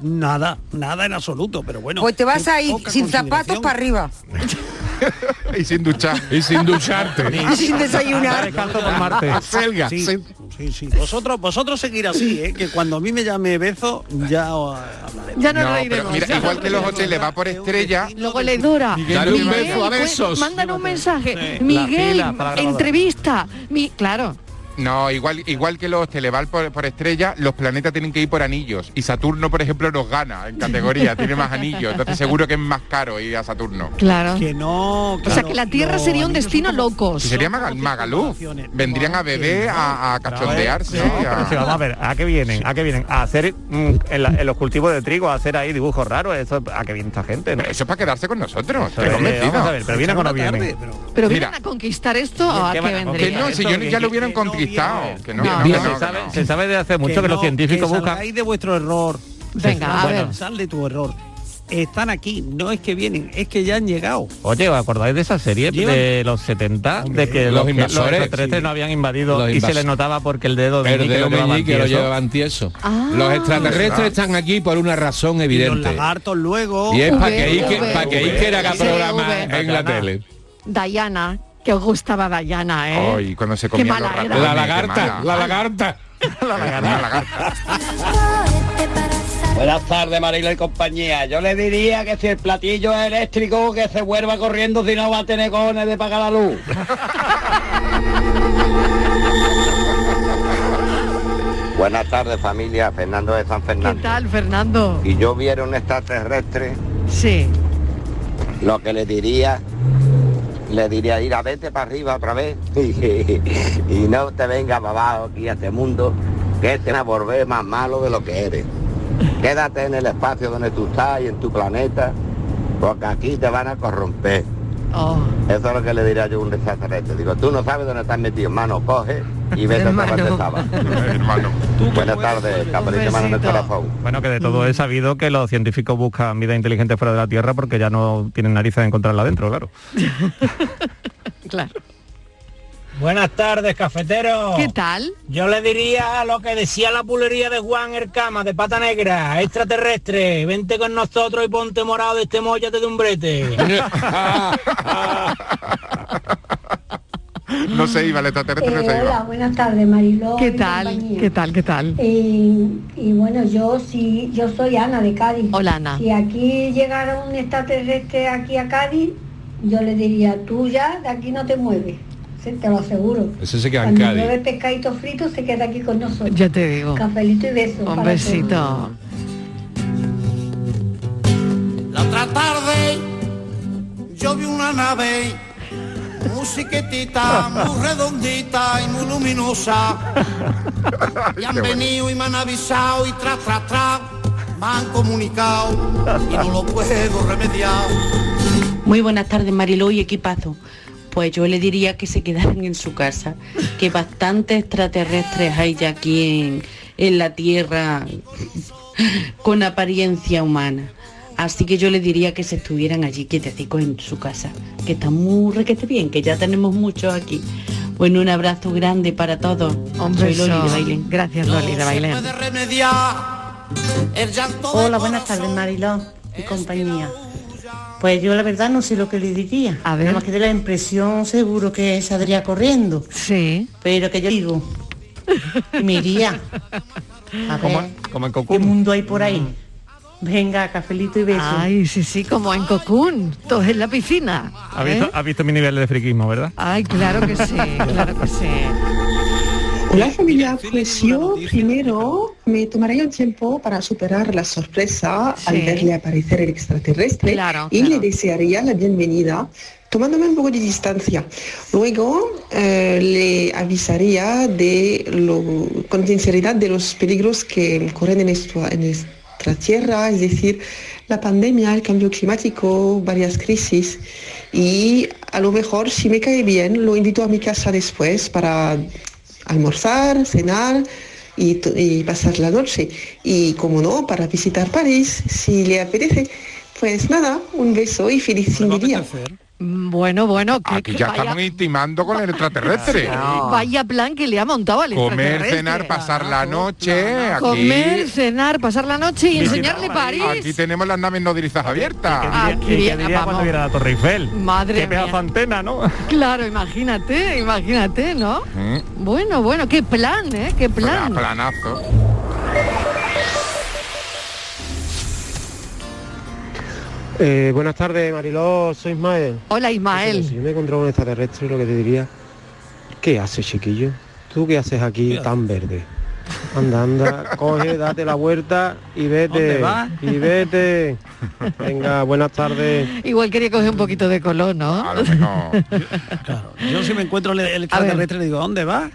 Speaker 6: Nada, nada en absoluto, pero bueno.
Speaker 8: Pues te vas
Speaker 6: qué
Speaker 8: a ir
Speaker 6: poca
Speaker 8: sin zapatos
Speaker 6: consideración.
Speaker 8: para arriba.
Speaker 7: y sin duchar.
Speaker 9: Y sin ducharte.
Speaker 8: Y sin desayunar.
Speaker 9: Selga,
Speaker 6: Sí,
Speaker 9: sí.
Speaker 6: sí, sí. Vosotros, vosotros seguir así, ¿eh? que cuando a mí me llame beso, ya os hablaremos.
Speaker 4: Ya nos
Speaker 7: No,
Speaker 4: reiremos,
Speaker 7: pero mira,
Speaker 4: ya
Speaker 7: igual
Speaker 4: nos
Speaker 7: que los
Speaker 4: reiremos.
Speaker 7: hoteles va por estrella.
Speaker 4: Luego le dura.
Speaker 7: Miguel, Dale un
Speaker 4: Miguel,
Speaker 7: beso a
Speaker 4: cuen-
Speaker 7: besos.
Speaker 4: Mándanos un mensaje.
Speaker 7: Sí,
Speaker 4: Miguel,
Speaker 7: la fila para la grabadora.
Speaker 4: entrevista. Mi, claro.
Speaker 7: No, igual, igual que los televal por, por estrella, los planetas tienen que ir por anillos. Y Saturno, por ejemplo, nos gana en categoría, tiene más anillos. Entonces seguro que es más caro ir a Saturno.
Speaker 4: Claro.
Speaker 6: Que no.
Speaker 4: o sea, que la Tierra sería un destino locos.
Speaker 7: Si sería Magal- Magaluf, vendrían a beber, a, a cachondearse.
Speaker 5: Pero si vamos a ver, ¿a qué vienen? ¿A qué vienen? A hacer mm, en, la- en los cultivos de trigo, a hacer ahí dibujos raros, eso ¿a qué viene esta gente?
Speaker 7: Eso es para quedarse con nosotros.
Speaker 5: Pero, vamos a ver, pero vienen o no vienen.
Speaker 4: Pero
Speaker 5: Mira.
Speaker 4: vienen a conquistar esto o a qué vendría.
Speaker 7: Que no, si yo
Speaker 5: que-
Speaker 7: ya lo
Speaker 5: que-
Speaker 7: hubieran conquistado. Que no, que no,
Speaker 5: Bien,
Speaker 7: que no,
Speaker 5: se,
Speaker 7: que
Speaker 5: sabe,
Speaker 7: no.
Speaker 5: se sabe desde hace mucho que, los
Speaker 6: no,
Speaker 5: científicos
Speaker 6: que
Speaker 5: buscan.
Speaker 6: salgáis de vuestro error.
Speaker 5: Venga, a
Speaker 6: Bueno,
Speaker 5: ver.
Speaker 6: Sal de tu error. Están aquí, no es que vienen, es que ya han llegado.
Speaker 5: Oye, ¿os acordáis de esa serie
Speaker 6: Llevan-
Speaker 5: de los 70? de que
Speaker 9: los
Speaker 5: los, que-
Speaker 9: invasores,
Speaker 5: los extraterrestres
Speaker 9: sí.
Speaker 5: no habían invadido
Speaker 9: Los
Speaker 5: y se
Speaker 9: invasores.
Speaker 5: les notaba porque el dedo de
Speaker 9: El
Speaker 5: meñique
Speaker 9: dedo
Speaker 5: lo llevaban
Speaker 9: meñique lo
Speaker 5: tieso.
Speaker 9: llevaban tieso.
Speaker 4: Ah.
Speaker 9: Los extraterrestres están aquí por una razón
Speaker 6: Los
Speaker 9: evidente.
Speaker 6: lagartos luego.
Speaker 9: Y es para que
Speaker 4: V,
Speaker 9: Ike,
Speaker 4: V,
Speaker 9: pa' que
Speaker 4: V.
Speaker 9: Iker haga
Speaker 4: Sí,
Speaker 9: programa
Speaker 4: V.
Speaker 9: en la tele.
Speaker 4: Diana, que os gustaba Diana, ¿eh?
Speaker 7: Ay, cuando se
Speaker 4: Qué
Speaker 7: comían
Speaker 4: mala
Speaker 7: los
Speaker 4: era.
Speaker 7: ratones,
Speaker 4: La
Speaker 7: qué
Speaker 4: lagarta,
Speaker 7: mala.
Speaker 9: La lagarta.
Speaker 7: La lagarta.
Speaker 12: [LAUGHS] Buenas tardes, Marilo y compañía. Yo le diría que si el platillo es eléctrico, que se vuelva corriendo, si no va a tener cojones de pagar la luz.
Speaker 13: [LAUGHS] Buenas tardes familia, Fernando de San
Speaker 4: ¿Qué
Speaker 13: Fernando.
Speaker 4: tal, Fernando?
Speaker 13: Si yo viera un extraterrestre,
Speaker 4: Sí.
Speaker 13: lo que le diría, le diría, ir a vete para arriba otra vez [LAUGHS] y no te venga para abajo aquí a este mundo, que te va a volver más malo de lo que eres. Quédate en el espacio donde tú estás y en tu planeta, porque aquí te van a corromper.
Speaker 4: Oh.
Speaker 13: Eso es lo que le diría yo a un extraterrestre. Digo, tú no sabes dónde estás metido, hermano, coge y vete a donde estabas. Buenas tardes, capricho, mano en el corazón.
Speaker 5: Bueno, que de todo he sabido que los científicos buscan vida inteligente fuera de la Tierra porque ya no tienen narices de encontrarla dentro, claro.
Speaker 12: Buenas tardes, cafetero.
Speaker 4: ¿Qué tal?
Speaker 12: Yo le diría lo que decía la pulería de Juan Ercama, de pata negra, extraterrestre, vente con nosotros y ponte morado de este mollate de un brete.
Speaker 7: No se iba, el extraterrestre no se
Speaker 14: Eh,
Speaker 7: iba.
Speaker 14: hola, buenas tardes, Mariló.
Speaker 4: ¿Qué
Speaker 14: y
Speaker 4: tal?
Speaker 14: compañía.
Speaker 4: ¿Qué tal? ¿Qué tal?
Speaker 14: Eh, y bueno, yo sí, yo soy Ana de Cádiz.
Speaker 4: Hola, Ana.
Speaker 14: Si aquí llegara un extraterrestre aquí a Cádiz, yo le diría, tú ya de aquí no te mueves, se- te lo aseguro.
Speaker 9: Ese se queda en
Speaker 14: Cuando
Speaker 9: Cádiz.
Speaker 14: bebe pescadito frito, se queda aquí con nosotros.
Speaker 4: Ya te digo.
Speaker 14: Cafelito y besos.
Speaker 4: Un
Speaker 14: para todos.
Speaker 4: besito.
Speaker 15: La otra tarde yo vi una nave muy chiquitita, muy redondita y muy
Speaker 16: [LAUGHS]
Speaker 15: luminosa. Y han
Speaker 1: Qué bueno.
Speaker 15: venido y me han avisado y tras, tras, tras, me han comunicado y no lo puedo remediar.
Speaker 17: Muy buenas tardes, Mariló y equipazo. Pues yo le diría que se quedaran en su casa, que bastantes extraterrestres hay ya aquí en, en la Tierra con apariencia humana. Así que yo le diría que se estuvieran allí quieticos en su casa, que está muy requete bien, que ya tenemos muchos aquí. Bueno, un abrazo grande para todos.
Speaker 4: Un
Speaker 17: Soy Loli de
Speaker 4: beso.
Speaker 17: Bailén.
Speaker 4: Gracias, Loli de Bailén.
Speaker 18: Hola, buenas tardes, Mariló y compañía. Pues yo la verdad no sé lo que le diría. A ver. Nada más que de la impresión seguro que saldría corriendo.
Speaker 4: Sí.
Speaker 18: Pero que yo digo, me iría. A ver,
Speaker 4: [LAUGHS]
Speaker 5: Como en
Speaker 18: ¿qué
Speaker 5: Cocum.
Speaker 18: mundo hay por ahí? Venga, cafelito y beso.
Speaker 4: Mm. Ay, sí, sí, como en Cocún, todos en la piscina.
Speaker 5: ¿Has visto,
Speaker 4: ¿eh?
Speaker 5: has visto mi nivel de friquismo, ¿verdad?
Speaker 4: Ay, claro que sí, claro que sí.
Speaker 19: Hola familia, pues yo primero me tomaría un tiempo para superar la sorpresa al
Speaker 4: Sí.
Speaker 19: verle aparecer el extraterrestre
Speaker 4: Claro,
Speaker 19: y
Speaker 4: claro.
Speaker 19: le desearía la bienvenida tomándome un poco de distancia. Luego eh, le avisaría de lo, con sinceridad de los peligros que corren en, esto- en nuestra tierra, es decir, la pandemia, el cambio climático, varias crisis y a lo mejor si me cae bien lo invito a mi casa después para almorzar, cenar y, to- y pasar la noche. Y como no, para visitar París, si le apetece. Pues nada, un beso y feliz fin de día.
Speaker 4: Bueno, bueno, que,
Speaker 7: Aquí
Speaker 4: que
Speaker 7: ya
Speaker 4: vaya,
Speaker 7: estamos intimando con el extraterrestre.
Speaker 4: vaya plan que le ha montado al
Speaker 7: Comer,
Speaker 4: extraterrestre.
Speaker 7: cenar, pasar la noche. aquí-
Speaker 4: Comer, cenar, pasar la noche y
Speaker 7: Visitar
Speaker 4: enseñarle París.
Speaker 7: Aquí tenemos las naves nodrizas abiertas.
Speaker 4: Aquí ¿Y qué viene, diría cuando vamos. viera
Speaker 7: la Torre Eiffel?
Speaker 4: Madre mía.
Speaker 5: antena, ¿no?
Speaker 4: Claro, imagínate, imagínate, ¿no?
Speaker 7: Mm,
Speaker 4: Bueno, bueno, qué plan, ¿eh? Qué plan.
Speaker 7: Pues Planazo.
Speaker 16: Eh, buenas tardes, Mariló, soy Ismael.
Speaker 4: Hola, Ismael.
Speaker 16: Si yo me encontraba un extraterrestre, lo que te diría, ¿qué haces, chiquillo? ¿Tú qué haces aquí tan verde? Anda,
Speaker 6: [LAUGHS]
Speaker 16: anda, coge, date la vuelta y
Speaker 4: ¿Dónde
Speaker 16: vete.
Speaker 4: vas?
Speaker 16: Y vete. Venga, buenas tardes.
Speaker 7: pues-
Speaker 4: Igual quería coger un poquito de color, ¿no?
Speaker 6: Yo si me encuentro el, el extraterrestre le digo, ¿dónde vas?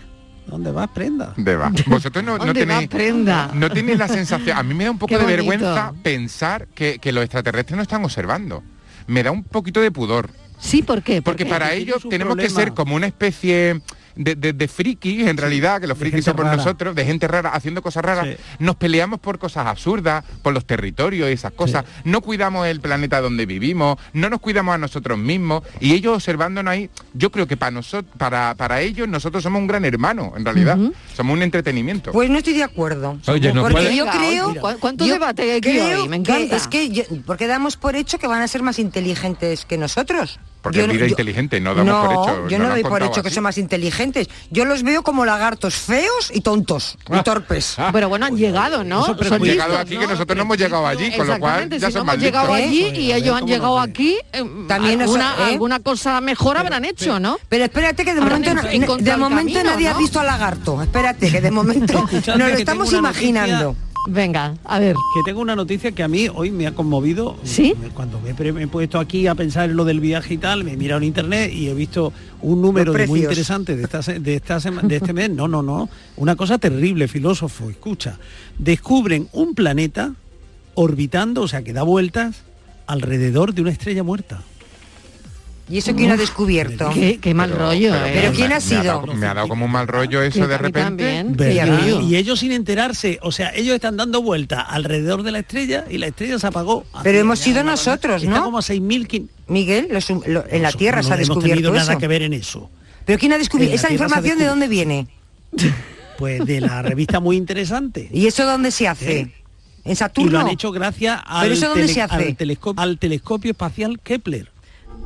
Speaker 6: ¿Dónde vas, prenda?
Speaker 7: ¿Dónde
Speaker 6: [LAUGHS]
Speaker 7: va? Vosotros no, no
Speaker 6: ¿Dónde va,
Speaker 7: tenéis...
Speaker 4: prenda?
Speaker 7: No tenéis la sensación... A mí
Speaker 4: [LAUGHS]
Speaker 7: me da un poco
Speaker 6: Qué
Speaker 7: de
Speaker 6: bonito.
Speaker 7: vergüenza pensar que, que los extraterrestres no están observando. Me da un poquito de pudor.
Speaker 4: Sí, ¿por qué?
Speaker 7: Porque para
Speaker 4: tienen
Speaker 7: ellos
Speaker 4: su
Speaker 7: tenemos que
Speaker 4: problema.
Speaker 7: ser como una especie de, de, de frikis, en realidad, que los frikis son por
Speaker 5: rara.
Speaker 7: nosotros, de gente rara, haciendo cosas raras. Nos peleamos por cosas absurdas, por los territorios y esas cosas. No cuidamos el planeta donde vivimos, no nos cuidamos a nosotros mismos. Y ellos observándonos ahí, yo creo que para, nosotros, para, para ellos nosotros somos un gran hermano, en realidad. Somos un entretenimiento.
Speaker 8: Pues no estoy de acuerdo.
Speaker 7: Oye, no
Speaker 8: porque
Speaker 7: puede-
Speaker 8: yo
Speaker 7: Venga,
Speaker 8: creo.
Speaker 7: oye, mira.
Speaker 4: ¿Cuánto
Speaker 8: yo
Speaker 4: debate hay aquí
Speaker 8: creo
Speaker 4: hoy? Me
Speaker 8: que
Speaker 4: encanta.
Speaker 8: es que yo- porque damos por hecho que van a ser más inteligentes que nosotros.
Speaker 7: Porque
Speaker 8: Yo
Speaker 7: es
Speaker 8: no-
Speaker 7: vida
Speaker 8: yo-
Speaker 7: inteligente, no damos por hecho.
Speaker 8: Yo no,
Speaker 7: nos lo han
Speaker 8: doy por
Speaker 7: contado
Speaker 8: hecho que
Speaker 7: así.
Speaker 8: son más inteligentes. Yo los veo como lagartos feos y tontos
Speaker 7: Ah.
Speaker 8: y torpes.
Speaker 4: Pero bueno, han llegado, ¿no?
Speaker 7: Son
Speaker 4: Son
Speaker 7: llegado
Speaker 4: listos,
Speaker 7: aquí
Speaker 4: ¿no?
Speaker 7: que nosotros no hemos llegado allí, con lo cual
Speaker 4: Exactamente,
Speaker 7: ya
Speaker 4: si no
Speaker 7: son
Speaker 4: hemos
Speaker 7: más listos.
Speaker 4: llegado allí y ellos han llegado aquí,
Speaker 8: También
Speaker 4: también
Speaker 8: eso,
Speaker 4: alguna,
Speaker 8: ¿eh?
Speaker 4: alguna cosa mejor habrán hecho, ¿no?
Speaker 8: Pero espérate que de momento, na- de momento nadie ha visto a lagarto. Espérate, que de
Speaker 6: [LAUGHS]
Speaker 8: momento nos lo
Speaker 6: que
Speaker 8: estamos
Speaker 6: tengo una
Speaker 8: imaginando.
Speaker 4: Venga, a ver.
Speaker 6: Que tengo una noticia que a mí hoy me ha conmovido. Me- Cuando me, he pre- me he puesto aquí a pensar en lo del viaje y tal, me he mirado en internet y he visto un número
Speaker 20: Los
Speaker 6: de muy
Speaker 20: precios.
Speaker 6: interesante de, esta, se- de, esta sema- de este mes. No, no, no. Una cosa terrible, filósofo. Escucha. Descubren un planeta orbitando, o sea, que da vueltas alrededor de una estrella muerta.
Speaker 8: ¿Y eso quién ha descubierto? Qué,
Speaker 4: mal rollo, eh.
Speaker 7: Pero me- me dado- me ha dado como un mal rollo eso de repente.
Speaker 6: ¿Verdad? Y ellos sin enterarse, o sea, ellos están dando vueltas alrededor de la estrella y la estrella se apagó.
Speaker 8: Pero hemos sido nosotros,
Speaker 6: Está
Speaker 8: ¿no?
Speaker 6: como a 6.000
Speaker 8: Miguel, los hum- lo- en la Tierra se ha
Speaker 6: no hemos
Speaker 8: descubierto
Speaker 6: tenido nada
Speaker 8: eso.
Speaker 6: que ver en eso.
Speaker 8: Pero quién ha descubierto
Speaker 6: En la
Speaker 8: esa
Speaker 6: Tierra se ha
Speaker 8: información de
Speaker 6: descubierto.
Speaker 8: dónde viene?
Speaker 6: Pues
Speaker 8: [LAUGHS]
Speaker 6: de la revista muy interesante.
Speaker 8: ¿Y eso dónde se hace? En Saturno.
Speaker 6: Eh, Y lo han hecho gracias al,
Speaker 8: ¿Pero eso dónde
Speaker 6: tele-
Speaker 8: se hace?
Speaker 6: al telescopio, al telescopio espacial Kepler.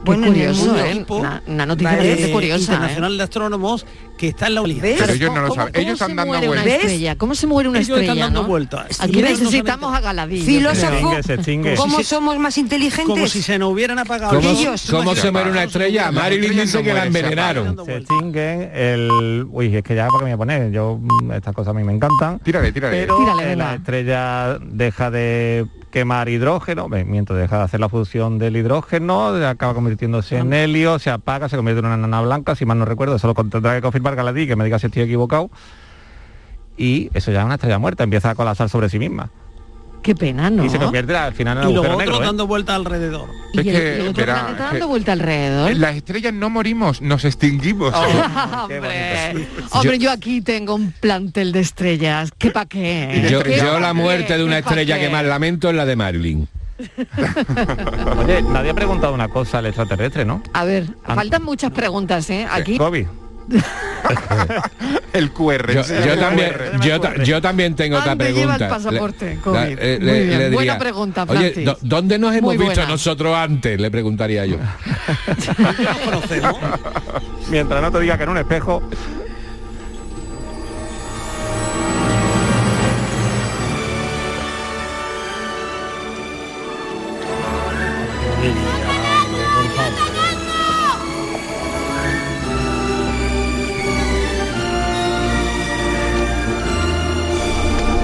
Speaker 4: Bueno,
Speaker 6: Que es
Speaker 4: curioso,
Speaker 6: un
Speaker 4: ¿eh?
Speaker 6: equipo,
Speaker 4: Una- una noticia bastante curiosa,
Speaker 6: Internacional de astrónomos que está en la olivia.
Speaker 4: ¿Ves? Pero ellos no lo ¿Cómo- saben. cómo Ellos se están dando muere una vueltas. estrella? ¿Cómo se muere una
Speaker 6: Ellos
Speaker 4: estrella,
Speaker 6: Están dando
Speaker 4: no?
Speaker 6: vueltas.
Speaker 4: Aquí
Speaker 6: Ellos no
Speaker 4: necesitamos a Galadí. yo creo.
Speaker 6: Filósofo,
Speaker 8: ¿Cómo
Speaker 6: Como si se-
Speaker 8: somos más inteligentes?
Speaker 6: como si se nos hubieran apagado
Speaker 9: ¿Cómo,
Speaker 6: los-
Speaker 9: cómo se muere una estrella? Marilyn dice que la envenenaron.
Speaker 5: Se extinguen el... Uy, es que ya para que me voy a poner, yo mm, estas cosas a mí me encantan.
Speaker 7: Tírale, tírale.
Speaker 5: Pero
Speaker 7: Tírale,
Speaker 5: eh,
Speaker 7: venga.
Speaker 5: la estrella deja de quemar hidrógeno, ve, mientras deja de hacer la fusión del hidrógeno, acaba convirtiéndose en helio, se apaga, se convierte en una nana blanca, si mal no recuerdo, eso lo con- tendrá que confirmar Galadí, que me diga si estoy equivocado. Y eso ya es una estrella muerta, empieza a colapsar sobre sí misma.
Speaker 4: Qué pena, ¿no?
Speaker 5: Y se convierte al final en
Speaker 6: Y los
Speaker 5: agujero
Speaker 6: otros
Speaker 5: negro. ¿eh?
Speaker 6: dando vueltas alrededor.
Speaker 7: Es
Speaker 4: Y el-
Speaker 7: que,
Speaker 4: y el otro
Speaker 7: verá,
Speaker 9: eh,
Speaker 4: planeta
Speaker 7: que
Speaker 4: dando vuelta alrededor. Oh,
Speaker 7: Las estrellas no morimos, nos
Speaker 4: [LAUGHS]
Speaker 7: extinguimos. [LAUGHS]
Speaker 4: Hombre, [LAUGHS] hombre, yo aquí tengo un plantel de estrellas. ¿Qué pa' qué?
Speaker 9: Yo,
Speaker 4: ¿Qué
Speaker 9: yo
Speaker 4: pa'
Speaker 9: la
Speaker 4: qué?
Speaker 9: muerte de una
Speaker 4: ¿Qué pa'
Speaker 9: estrella
Speaker 4: qué?
Speaker 9: que más lamento es la de Marilyn.
Speaker 5: Oye, nadie ha preguntado una cosa al extraterrestre, ¿no?
Speaker 4: A ver,
Speaker 5: Ah.
Speaker 4: faltan muchas preguntas, ¿eh? Aquí.
Speaker 9: [LAUGHS]
Speaker 5: COVID.
Speaker 7: el QR.
Speaker 9: Yo,
Speaker 7: enseña
Speaker 9: yo
Speaker 7: el
Speaker 9: también,
Speaker 7: QR.
Speaker 9: yo, ta- yo también tengo otra
Speaker 4: ¿Dónde lleva
Speaker 9: pregunta.
Speaker 4: el pasaporte,
Speaker 9: Le-
Speaker 4: COVID?
Speaker 9: la- eh,
Speaker 4: Muy
Speaker 9: le-
Speaker 4: bien.
Speaker 9: le
Speaker 4: Buena
Speaker 9: diría,
Speaker 4: pregunta,
Speaker 9: Oye,
Speaker 4: Francis.
Speaker 9: ¿dó- ¿dónde nos hemos
Speaker 4: Muy
Speaker 9: visto
Speaker 4: buena.
Speaker 9: nosotros antes? Le preguntaría yo.
Speaker 4: [LAUGHS]
Speaker 5: Mientras no te diga que en un espejo.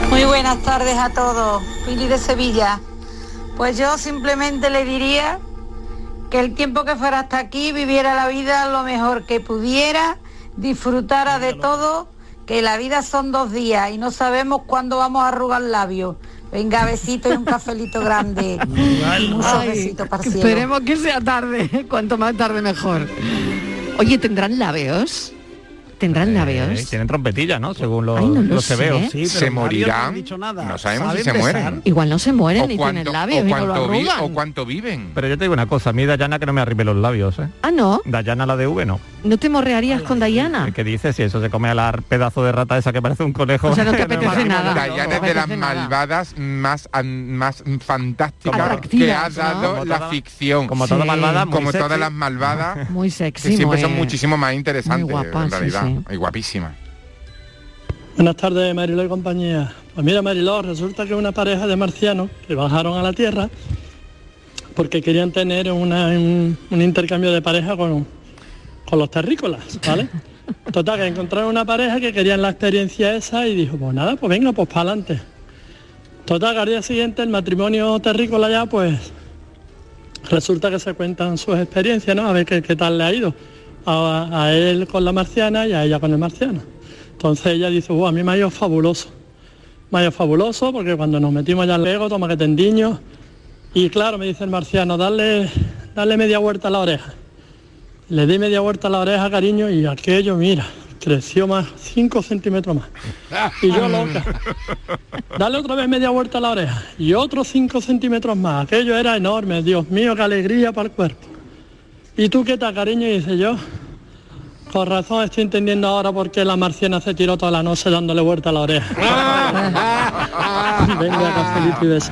Speaker 20: Muy buenas tardes a todos, Pili de Sevilla. Pues yo simplemente le diría que el tiempo que fuera hasta aquí viviera la vida lo mejor que pudiera, disfrutara de todo, que la vida son dos días y no sabemos cuándo vamos a arrugar labios. Venga, besito y un cafelito grande.
Speaker 17: Ah.
Speaker 20: Muchos
Speaker 4: Ay,
Speaker 20: besitos para el cielo.
Speaker 4: Esperemos que sea tarde, [LAUGHS] cuanto más tarde mejor. Oye, ¿tendrán labios? ¿Tendrán
Speaker 5: Eh,
Speaker 4: labios?
Speaker 5: tienen trompetillas, ¿no? ¿eh? Según los,
Speaker 4: Ay, no lo
Speaker 5: los que veo.
Speaker 4: sé. Sí, pero
Speaker 7: Se morirán. No sabemos si se mueren.
Speaker 4: Igual no se mueren
Speaker 5: O
Speaker 4: ni
Speaker 5: cuánto-
Speaker 4: tienen labios, ni no lo
Speaker 5: vi-
Speaker 4: arrugan.
Speaker 7: cuánto viven.
Speaker 5: Pero yo te digo una cosa, a mí Dayana que no me arribe los labios, ¿eh?
Speaker 4: Ah, no,
Speaker 5: Dayana la de V no.
Speaker 4: no te morrearías con Diana.
Speaker 5: El que dice si eso se come a la pedazo de rata esa que parece un conejo.
Speaker 4: O sea, no
Speaker 5: [LAUGHS]
Speaker 4: te
Speaker 5: me
Speaker 4: apetece
Speaker 5: imagino
Speaker 4: nada.
Speaker 5: yo.
Speaker 7: Dayana es de las malvadas más, an- más fantásticas que ha
Speaker 5: Atractivas, ¿no?
Speaker 7: dado
Speaker 5: Como
Speaker 7: la
Speaker 5: toda-
Speaker 7: ficción.
Speaker 5: como toda Sí. malvada, muy
Speaker 7: Como
Speaker 5: sexy.
Speaker 7: todas las malvadas.
Speaker 4: Muy
Speaker 7: que
Speaker 4: sexy.
Speaker 7: siempre
Speaker 4: muy-
Speaker 7: son muchísimo más interesantes,
Speaker 4: muy guapa,
Speaker 7: en realidad.
Speaker 4: sí,
Speaker 7: Y guapísimas.
Speaker 21: Buenas tardes, Mariló y compañía. Pues mira, Mariló, resulta que una pareja de marcianos que bajaron a la Tierra porque querían tener una- un, un intercambio de pareja con, con los terrícolas, ¿vale? Total, que encontraron una pareja que querían la experiencia esa y dijo, pues nada, pues venga, pues para adelante. Total, que al día siguiente el matrimonio terrícola ya, pues resulta que se cuentan sus experiencias, ¿no? A ver qué, qué tal le ha ido a, a él con la marciana y a ella con el marciano. Entonces ella dice, "Buah, a mí me ha ido fabuloso. Me ha ido fabuloso porque cuando nos metimos ya al ego, toma que te endiño. Y claro, me dice el marciano, dale, dale media vuelta a la oreja. Le di media vuelta a la oreja, cariño, y aquello, mira, creció más, 5 centímetros más. Y yo loca. Dale otra vez media vuelta a la oreja. Y otros 5 centímetros más. Aquello era enorme. Dios mío, qué alegría para el cuerpo. ¿Y tú qué tal, cariño? Y dice yo. Con razón estoy entendiendo ahora por qué la marciana se tiró toda la noche dándole vuelta a la oreja. Venga,
Speaker 6: Ah.
Speaker 21: cafelito y beso.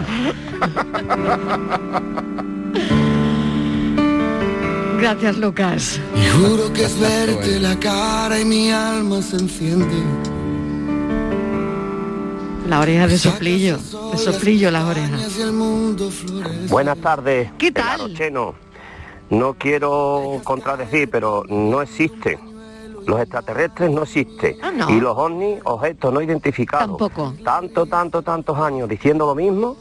Speaker 4: Gracias, Lucas.
Speaker 22: Juro que es verte la cara y mi alma se enciende.
Speaker 4: La oreja de soplillo. De soplillo las orejas.
Speaker 22: Hacia el mundo florece.
Speaker 23: Buenas tardes. ¿Qué tal? No quiero contradecir, pero no existen. Los extraterrestres no existen.
Speaker 4: Ah, no.
Speaker 23: Y los ovnis, objetos no identificados.
Speaker 4: Tampoco.
Speaker 23: Tanto, tanto, tantos años diciendo lo mismo,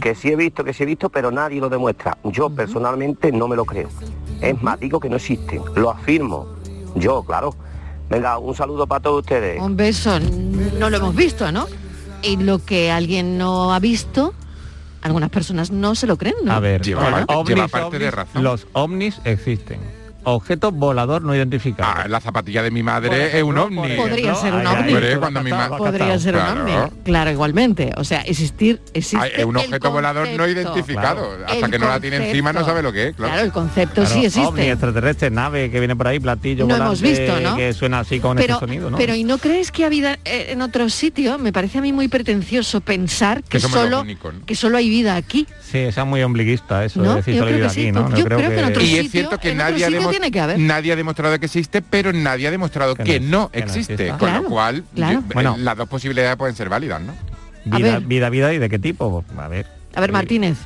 Speaker 23: que sí he visto, que sí he visto, pero nadie lo demuestra. Yo personalmente no me lo creo. Es más, digo que no existen. Lo afirmo. Yo, claro. Venga, un saludo para todos ustedes.
Speaker 4: Un beso, no lo hemos visto, ¿no? Y lo que alguien no ha visto, algunas personas no se lo creen, ¿no?
Speaker 5: A ver,
Speaker 7: Lleva
Speaker 5: los
Speaker 7: parte-
Speaker 5: ovnis,
Speaker 7: lleva parte de
Speaker 5: ovnis,
Speaker 7: razón.
Speaker 5: Los ovnis existen. Objeto volador no identificado. Ah,
Speaker 7: la zapatilla de mi madre es un ovni.
Speaker 4: Podría ser un ovni.
Speaker 7: cuando mi madre...
Speaker 4: Podría ser un
Speaker 7: Claro.
Speaker 4: ovni. Claro, igualmente. O sea, existir, existe
Speaker 7: Hay- es un
Speaker 4: el
Speaker 7: objeto volador no
Speaker 4: concepto.
Speaker 7: identificado. Hasta
Speaker 4: El
Speaker 7: que no la tiene encima no
Speaker 4: concepto.
Speaker 7: sabe lo que es. Claro,
Speaker 4: Claro, el concepto sí
Speaker 5: Claro, Oh,
Speaker 4: existe.
Speaker 5: ovni, extraterrestre, nave que viene por ahí, platillo
Speaker 4: No hemos
Speaker 5: volante,
Speaker 4: visto, ¿no?
Speaker 5: que suena así con
Speaker 4: pero,
Speaker 5: ese este sonido, ¿no?
Speaker 4: pero ¿y no crees que ha vida eh, en otros sitios? Me parece a mí muy pretencioso pensar que,
Speaker 5: Que somos los
Speaker 4: solo
Speaker 5: únicos, ¿no?
Speaker 4: que solo hay vida aquí.
Speaker 5: Sí, esa es muy ombliguista eso,
Speaker 4: ¿No?
Speaker 5: de decir
Speaker 4: Yo
Speaker 5: solo
Speaker 4: creo
Speaker 5: vive
Speaker 4: que sí,
Speaker 5: aquí, ¿no?
Speaker 4: yo creo que en otro
Speaker 7: y
Speaker 4: sitio-
Speaker 7: es cierto que
Speaker 4: en otro
Speaker 7: nadie ha,
Speaker 4: sitio
Speaker 7: demo-
Speaker 4: tiene que haber.
Speaker 7: nadie ha demostrado que existe, pero nadie ha demostrado que, no existe.
Speaker 5: exista.
Speaker 7: con
Speaker 5: Claro,
Speaker 7: lo cual,
Speaker 5: claro.
Speaker 7: yo- eh,
Speaker 5: Bueno.
Speaker 7: las dos posibilidades pueden ser válidas, ¿no?
Speaker 4: A
Speaker 5: vida,
Speaker 4: ver.
Speaker 5: vida, vida y de qué tipo, a ver.
Speaker 4: A ver, Martínez.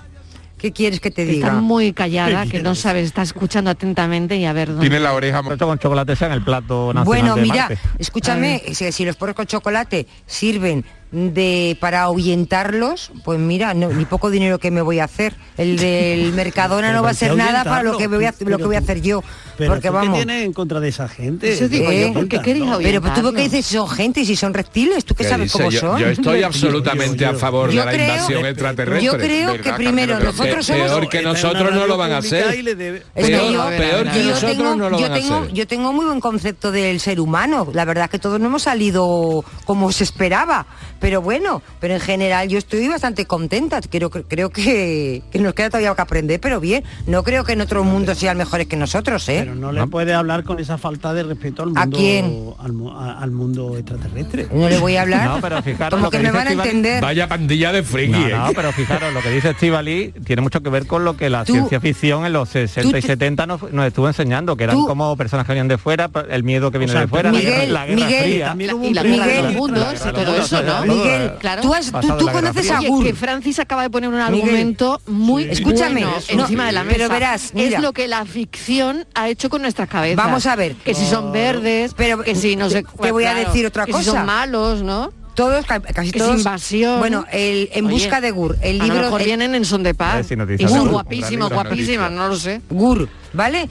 Speaker 8: ¿Qué quieres que te
Speaker 4: Está
Speaker 5: diga?
Speaker 4: muy callada, que no sabe, está escuchando atentamente y a ver dónde.
Speaker 5: la oreja esto con chocolate sea en el plato nacional
Speaker 8: Bueno,
Speaker 5: de
Speaker 8: mira,
Speaker 5: Marte.
Speaker 8: escúchame, si, si los porros con chocolate sirven de para ahuyentarlos, pues mira, no, ni poco dinero que me voy a hacer. El del
Speaker 6: [LAUGHS]
Speaker 8: Mercadona
Speaker 6: Pero
Speaker 8: no va a
Speaker 6: ¿por qué
Speaker 8: ser nada para lo
Speaker 6: ahuyentarlos?
Speaker 8: que voy a, lo
Speaker 6: Pero
Speaker 8: que voy a
Speaker 6: tú-
Speaker 8: hacer yo.
Speaker 6: Pero
Speaker 8: porque
Speaker 6: ¿tú qué
Speaker 8: vamos.
Speaker 6: tienes en contra de esa gente?
Speaker 8: Eso digo yo, ¿por qué queréis Pero pues, tú por qué dices son gente si son reptiles, tú qué,
Speaker 9: ¿Qué
Speaker 8: sabes
Speaker 9: dice?
Speaker 8: cómo
Speaker 9: Yo-
Speaker 8: son.
Speaker 9: yo estoy absolutamente a favor de
Speaker 8: Yo
Speaker 9: la
Speaker 8: creo-
Speaker 9: invasión extraterrestre.
Speaker 8: Yo creo que
Speaker 9: ¿Verdad,
Speaker 8: primero
Speaker 9: Carmen? Pero
Speaker 8: nosotros
Speaker 9: pe-
Speaker 8: somos
Speaker 9: peor que nosotros no lo van a hacer. Peor, peor que
Speaker 8: yo
Speaker 9: nosotros
Speaker 8: tengo,
Speaker 9: no lo
Speaker 8: yo
Speaker 9: van a
Speaker 8: tengo-
Speaker 9: hacer.
Speaker 8: Yo tengo muy buen concepto del ser humano. La verdad es que todos no hemos salido como se esperaba. Pero bueno, pero en general yo estoy bastante contenta. Creo, creo que, que nos queda todavía que aprender, pero bien. No creo que en otro mundo sean mejores que nosotros, ¿eh?
Speaker 6: Pero no le puede hablar con esa falta de respeto al mundo,
Speaker 8: ¿A quién?
Speaker 6: Al, mu- a- al mundo extraterrestre.
Speaker 8: No le voy a hablar.
Speaker 5: No, pero fijaros
Speaker 8: Como
Speaker 5: lo
Speaker 8: que,
Speaker 5: que
Speaker 8: me
Speaker 5: dice
Speaker 8: van a
Speaker 5: Estíbaliz.
Speaker 8: entender.
Speaker 9: Vaya pandilla de friki.
Speaker 5: No, no, pero fijaros, lo que dice Estivali tiene mucho que ver con lo que la
Speaker 8: Tú-
Speaker 5: ciencia ficción en los 60 y
Speaker 8: tú-
Speaker 5: 70 nos, nos estuvo enseñando, que eran
Speaker 8: tú-
Speaker 5: como personas que venían de fuera, pa- el miedo que viene
Speaker 8: sea,
Speaker 5: de fuera, la guerra-
Speaker 8: Miguel,
Speaker 5: la guerra,
Speaker 8: Miguel,
Speaker 5: fría.
Speaker 8: también hubo un Miguel,
Speaker 4: guerra de los mundos
Speaker 5: la guerra de los
Speaker 4: y todo
Speaker 5: mundos,
Speaker 4: eso, ¿no?
Speaker 5: todo,
Speaker 4: Miguel,
Speaker 5: eh,
Speaker 4: claro.
Speaker 8: tú has- tú-
Speaker 5: pasado
Speaker 8: tú
Speaker 5: la guerra
Speaker 8: conoces
Speaker 5: fría.
Speaker 8: a
Speaker 4: Oye,
Speaker 8: Gur.
Speaker 4: que Francis acaba de poner un
Speaker 8: Miguel.
Speaker 4: argumento muy
Speaker 8: Escúchame,
Speaker 4: bueno
Speaker 8: no,
Speaker 4: encima de la mesa.
Speaker 8: pero verás, mira.
Speaker 4: es lo que la ficción ha hecho con nuestras cabezas.
Speaker 8: Vamos a ver.
Speaker 4: Que si son verdes, pero, que si no sé...
Speaker 8: te- te voy a decir otra
Speaker 4: que si
Speaker 8: cosa.
Speaker 4: son malos, ¿no?
Speaker 8: Todos, ca- casi
Speaker 4: Que es
Speaker 8: todos.
Speaker 4: invasión.
Speaker 8: Bueno, el En
Speaker 4: Oye,
Speaker 8: busca de Gur, el
Speaker 4: a
Speaker 8: libro.
Speaker 4: lo mejor
Speaker 8: el-
Speaker 4: vienen en son de
Speaker 5: A ver
Speaker 4: paz.
Speaker 5: si nos dice
Speaker 4: y son
Speaker 5: algo.
Speaker 4: guapísimas,
Speaker 5: Una noticia.
Speaker 4: guapísimas, no lo sé.
Speaker 8: Gur, ¿vale?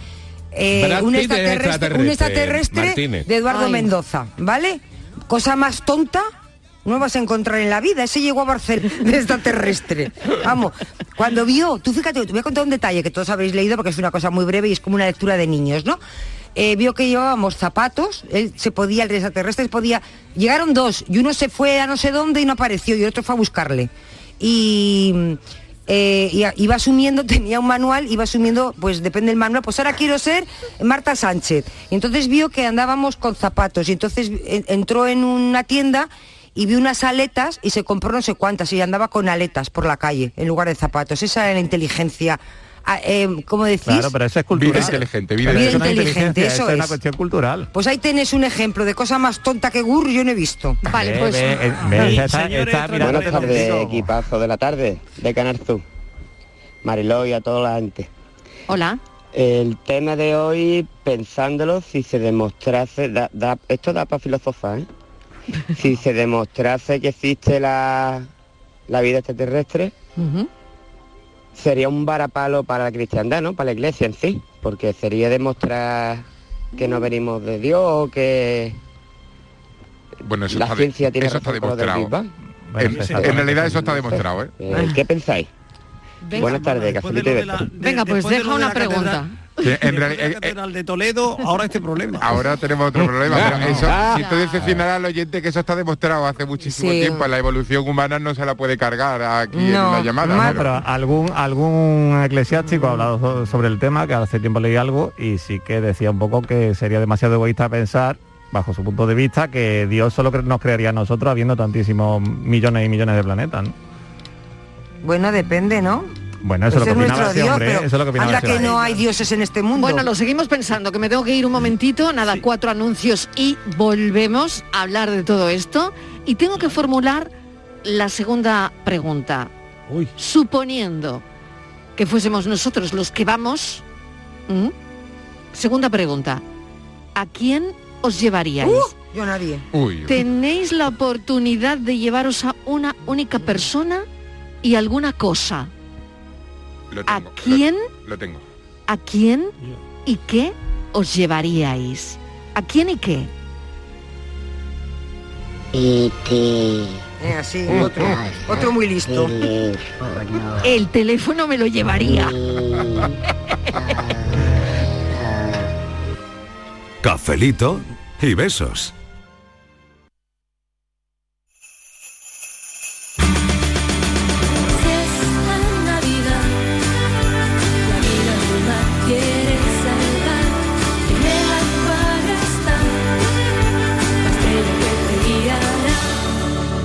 Speaker 8: Eh,
Speaker 4: Brad
Speaker 8: un,
Speaker 4: Pitt es
Speaker 8: extraterrestre, un
Speaker 4: extraterrestre,
Speaker 8: extraterrestre
Speaker 4: Martínez.
Speaker 8: de Eduardo
Speaker 4: Ay.
Speaker 8: Mendoza, ¿vale? Cosa más tonta no vas a encontrar en la vida. Ese llegó a Barcelona [LAUGHS] de extraterrestre. Vamos, cuando vio, tú fíjate, te voy a contar un detalle que todos habréis leído porque es una cosa muy breve y es como una lectura de niños, ¿no? Eh, vio que llevábamos zapatos, él se podía, el extraterrestre se podía. Llegaron dos y uno se fue a no sé dónde y no apareció y otro fue a buscarle. Y eh, y a- iba asumiendo, [LAUGHS] tenía un manual, iba asumiendo, pues depende del manual, pues ahora quiero ser Marta Sánchez. Y entonces vio que andábamos con zapatos y entonces en- entró en una tienda y vio unas aletas y se compró no sé cuántas y andaba con aletas por la calle en lugar de zapatos. Esa era la inteligencia. Ah, eh, ¿Cómo decís?
Speaker 5: Claro, pero eso es cultural.
Speaker 7: Vida inteligente, vida
Speaker 5: Pero eso
Speaker 8: inteligente.
Speaker 5: no es inteligencia,
Speaker 8: Inteligente, eso
Speaker 5: eso es una
Speaker 8: es.
Speaker 5: cuestión cultural.
Speaker 8: Pues ahí tenés un ejemplo de cosa más tonta que gur yo no he visto.
Speaker 5: Ve, ve, eh, ve, esa- esa- esa- mira,
Speaker 2: Buenas
Speaker 5: esa-
Speaker 2: tardes,
Speaker 5: esa-
Speaker 2: equipazo de la tarde, de Canal Sur. Mariló y a toda la gente.
Speaker 4: Hola.
Speaker 2: El tema de hoy, pensándolo, si se demostrase, da- da- esto da para filosofar, ¿eh? si se demostrase que existe la, la vida extraterrestre, sería un varapalo para la cristiandad, ¿no? Para la iglesia en sí, porque sería demostrar que no venimos de Dios, o que
Speaker 7: Bueno, eso
Speaker 2: la
Speaker 7: está, de-
Speaker 2: ciencia tiene
Speaker 7: eso está
Speaker 2: razón con lo del
Speaker 7: demostrado.
Speaker 2: Big Bang.
Speaker 7: En,
Speaker 2: sí, sí.
Speaker 7: en realidad eso está demostrado, ¿eh?
Speaker 2: Eh, ¿Qué pensáis?
Speaker 4: Venga,
Speaker 2: Buenas tardes, Cafelito y Besos.
Speaker 4: Venga, pues
Speaker 6: después de lo
Speaker 4: deja
Speaker 6: de
Speaker 4: una
Speaker 6: la
Speaker 4: pregunta.
Speaker 6: catedral-
Speaker 7: Que en eh,
Speaker 6: después de la catedral de Toledo, ahora este problema.
Speaker 7: Ahora tenemos
Speaker 9: [LAUGHS]
Speaker 7: otro problema, pero
Speaker 6: No, no.
Speaker 7: eso,
Speaker 6: Ah.
Speaker 7: si esto decepcionará al oyente que eso está demostrado hace muchísimo
Speaker 6: Sí.
Speaker 7: tiempo, la evolución humana no se la puede cargar aquí en una llamada.
Speaker 5: No,
Speaker 7: pero-
Speaker 5: pero algún algún eclesiástico ha hablado so- sobre el tema, que hace tiempo leí algo, y sí que decía un poco que sería demasiado egoísta pensar, bajo su punto de vista, que Dios solo cre- nos crearía a nosotros habiendo tantísimos millones y millones de planetas. ¿no?
Speaker 8: Bueno, depende, ¿no?
Speaker 5: Bueno, eso
Speaker 8: Ese
Speaker 5: es lo que
Speaker 8: es
Speaker 5: opinaba
Speaker 8: nuestro
Speaker 5: ese
Speaker 8: Dios,
Speaker 5: hombre, ¿eh?
Speaker 8: pero
Speaker 5: eso es lo que opinaba
Speaker 8: anda
Speaker 5: ese
Speaker 8: que
Speaker 5: hombre.
Speaker 8: no hay dioses en este mundo.
Speaker 4: Bueno, lo seguimos pensando, que me tengo que ir un momentito, nada, cuatro anuncios y volvemos a hablar de todo esto. Y tengo que formular la segunda pregunta. Suponiendo que fuésemos nosotros los que vamos, ¿m? segunda pregunta, ¿a quién os llevaríais?
Speaker 8: Uh, yo nadie.
Speaker 4: Tenéis la oportunidad de llevaros a una única persona y alguna cosa.
Speaker 7: Lo
Speaker 4: ¿A quién?
Speaker 7: Lo tengo.
Speaker 4: ¿A quién y qué os llevaríais? ¿A quién y qué?
Speaker 2: Este...
Speaker 8: Eh, así,
Speaker 7: Mm.
Speaker 8: otro, otro muy listo.
Speaker 4: El teléfono me lo llevaría.
Speaker 24: Cafelito y besos.
Speaker 3: Esta Navidad, la vida toda quieres salvar, tenerla para estar, la estrella que te guiará.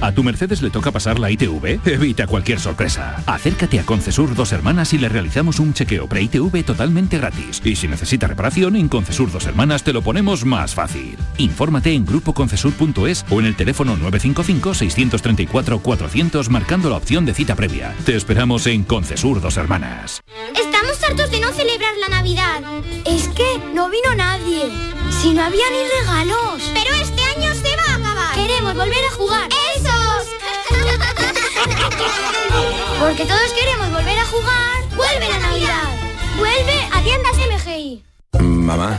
Speaker 25: ¿A tu Mercedes le toca pasar la ITV? Evita cualquier sorpresa. Acércate a Concesur Dos Hermanas y le realizamos un chequeo pre-ITV totalmente gratis. Y si necesita reparación, en Concesur Dos Hermanas te lo ponemos más fácil. Infórmate en grupoconcesur.es o en el teléfono 955-634-400 marcando la opción de cita previa. Te esperamos en Concesur Dos Hermanas. Estamos hartos de no celebrar la Navidad. Es que no vino nadie. Si no había ni regalos. Pero este año se va a acabar. Queremos volver a jugar. ¡Esos! [LAUGHS] Porque todos queremos volver a jugar. ¡Vuelve la Navidad! ¡Vuelve a tiendas MGI!
Speaker 26: Mamá,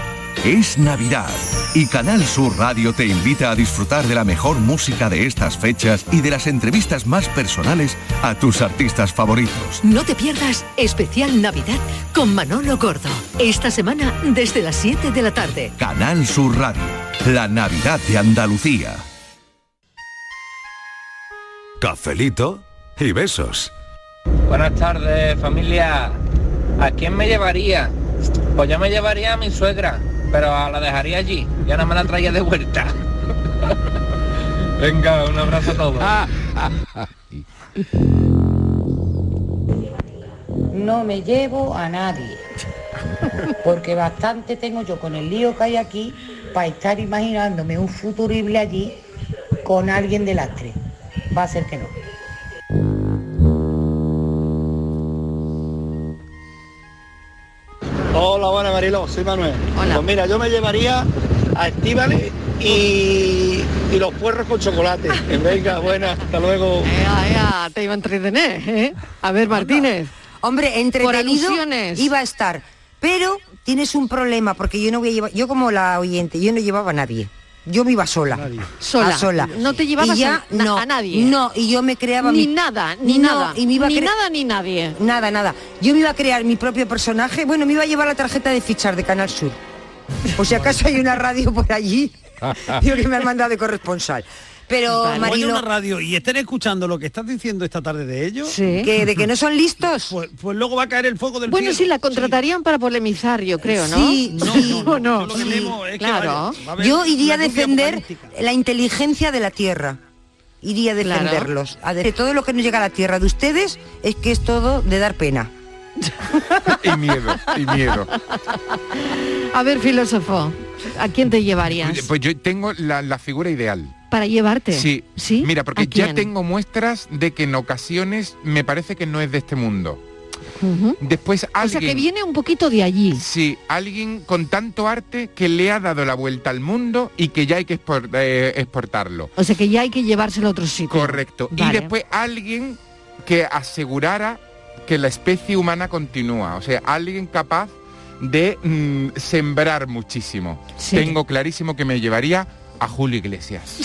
Speaker 26: Es Navidad y Canal Sur Radio te invita a disfrutar de la mejor música de estas fechas y de las entrevistas más personales a tus artistas favoritos.
Speaker 27: No te pierdas especial Navidad con Manolo Gordo. Esta semana desde las 7 de la tarde.
Speaker 26: Canal Sur Radio, la Navidad de Andalucía.
Speaker 28: Cafelito y besos.
Speaker 29: Buenas tardes, familia. ¿A quién me llevaría? Pues yo me llevaría a mi suegra, pero la dejaría allí. Ya no me la traía de vuelta. [LAUGHS] Venga, un abrazo a todos.
Speaker 8: Ah,
Speaker 17: No me llevo a nadie. Porque bastante tengo yo con el lío que hay aquí para estar imaginándome un futurible allí con alguien de las tres. Va a ser que no.
Speaker 13: Hola, buenas Mariló, soy Manuel. Pues mira, yo me llevaría a Estivales y, y los puerros con chocolate. Venga, buenas, hasta luego.
Speaker 4: Ea, te iba a entretener, ¿eh? A ver, Martínez.
Speaker 8: Hombre, entretenido iba a estar. Pero tienes un problema, porque yo no voy a llevar, yo como la oyente, yo no llevaba a nadie. Yo me iba sola.
Speaker 4: Sola.
Speaker 8: A sola.
Speaker 4: No te llevabas
Speaker 8: Y ya
Speaker 4: a, na-
Speaker 8: no,
Speaker 4: a nadie.
Speaker 8: No, y yo me creaba
Speaker 4: Ni
Speaker 8: mi-
Speaker 4: nada, ni
Speaker 8: No,
Speaker 4: nada.
Speaker 8: y me iba a
Speaker 4: ni
Speaker 8: cre-
Speaker 4: nada, ni nadie.
Speaker 8: Nada, nada. Yo me iba a crear mi propio personaje. Bueno, me iba a llevar la tarjeta de fichar de Canal Sur. Por si acaso hay una radio por allí. Digo que me han mandado de corresponsal. Pero,
Speaker 6: Vale. Oye,
Speaker 8: Marilo,
Speaker 6: una radio y estén escuchando lo que estás diciendo esta tarde de ellos.
Speaker 4: Sí. Que- de que no
Speaker 8: son listos.
Speaker 6: Pues, pues luego va a caer el fuego del
Speaker 4: Bueno,
Speaker 6: cielo.
Speaker 4: sí, la contratarían para polemizar, yo creo, ¿no?
Speaker 8: Sí, sí.
Speaker 4: no, no,
Speaker 8: Sí,
Speaker 4: claro.
Speaker 8: Yo iría a defender la inteligencia de la Tierra. Iría a
Speaker 4: Claro.
Speaker 8: defenderlos. A de de todo lo que nos llega a la Tierra de ustedes es que es todo de dar pena.
Speaker 7: Y miedo, y miedo.
Speaker 4: A ver, filósofo, ¿a quién te llevarías
Speaker 7: Pues yo tengo la, la figura ideal.
Speaker 4: para llevarte?
Speaker 7: Sí. Mira, porque
Speaker 4: ¿A
Speaker 7: ya
Speaker 4: quién?
Speaker 7: tengo muestras de que en ocasiones me parece que no es de este mundo.
Speaker 4: Ujú.
Speaker 7: Después
Speaker 4: O
Speaker 7: alguien...
Speaker 4: sea, que viene un poquito de allí.
Speaker 7: Sí, alguien con tanto arte que le ha dado la vuelta al mundo y que ya hay que expor- eh, exportarlo.
Speaker 4: O sea, que ya hay que llevárselo a otro sitio.
Speaker 7: Correcto.
Speaker 4: Vale.
Speaker 7: Y después alguien que asegurara que la especie humana continúa. O sea, alguien capaz de mm, sembrar muchísimo.
Speaker 4: Sí.
Speaker 7: Tengo clarísimo que me llevaría a Julio Iglesias.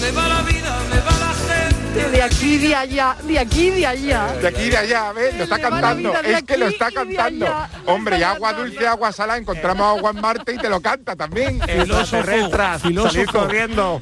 Speaker 16: Me va la vida, me va la gente.
Speaker 4: De aquí, de allá, de aquí, de allá.
Speaker 7: De aquí y de allá, ¿ves? Lo está
Speaker 4: va la
Speaker 7: cantando.
Speaker 4: vida de
Speaker 7: Es que lo
Speaker 4: aquí
Speaker 7: está
Speaker 4: y de
Speaker 7: cantando.
Speaker 4: allá.
Speaker 7: Hombre, y agua dulce, agua salada, encontramos agua en Marte y te lo canta también.
Speaker 6: Filósofo, Extraterrestres, filósofo. salir corriendo.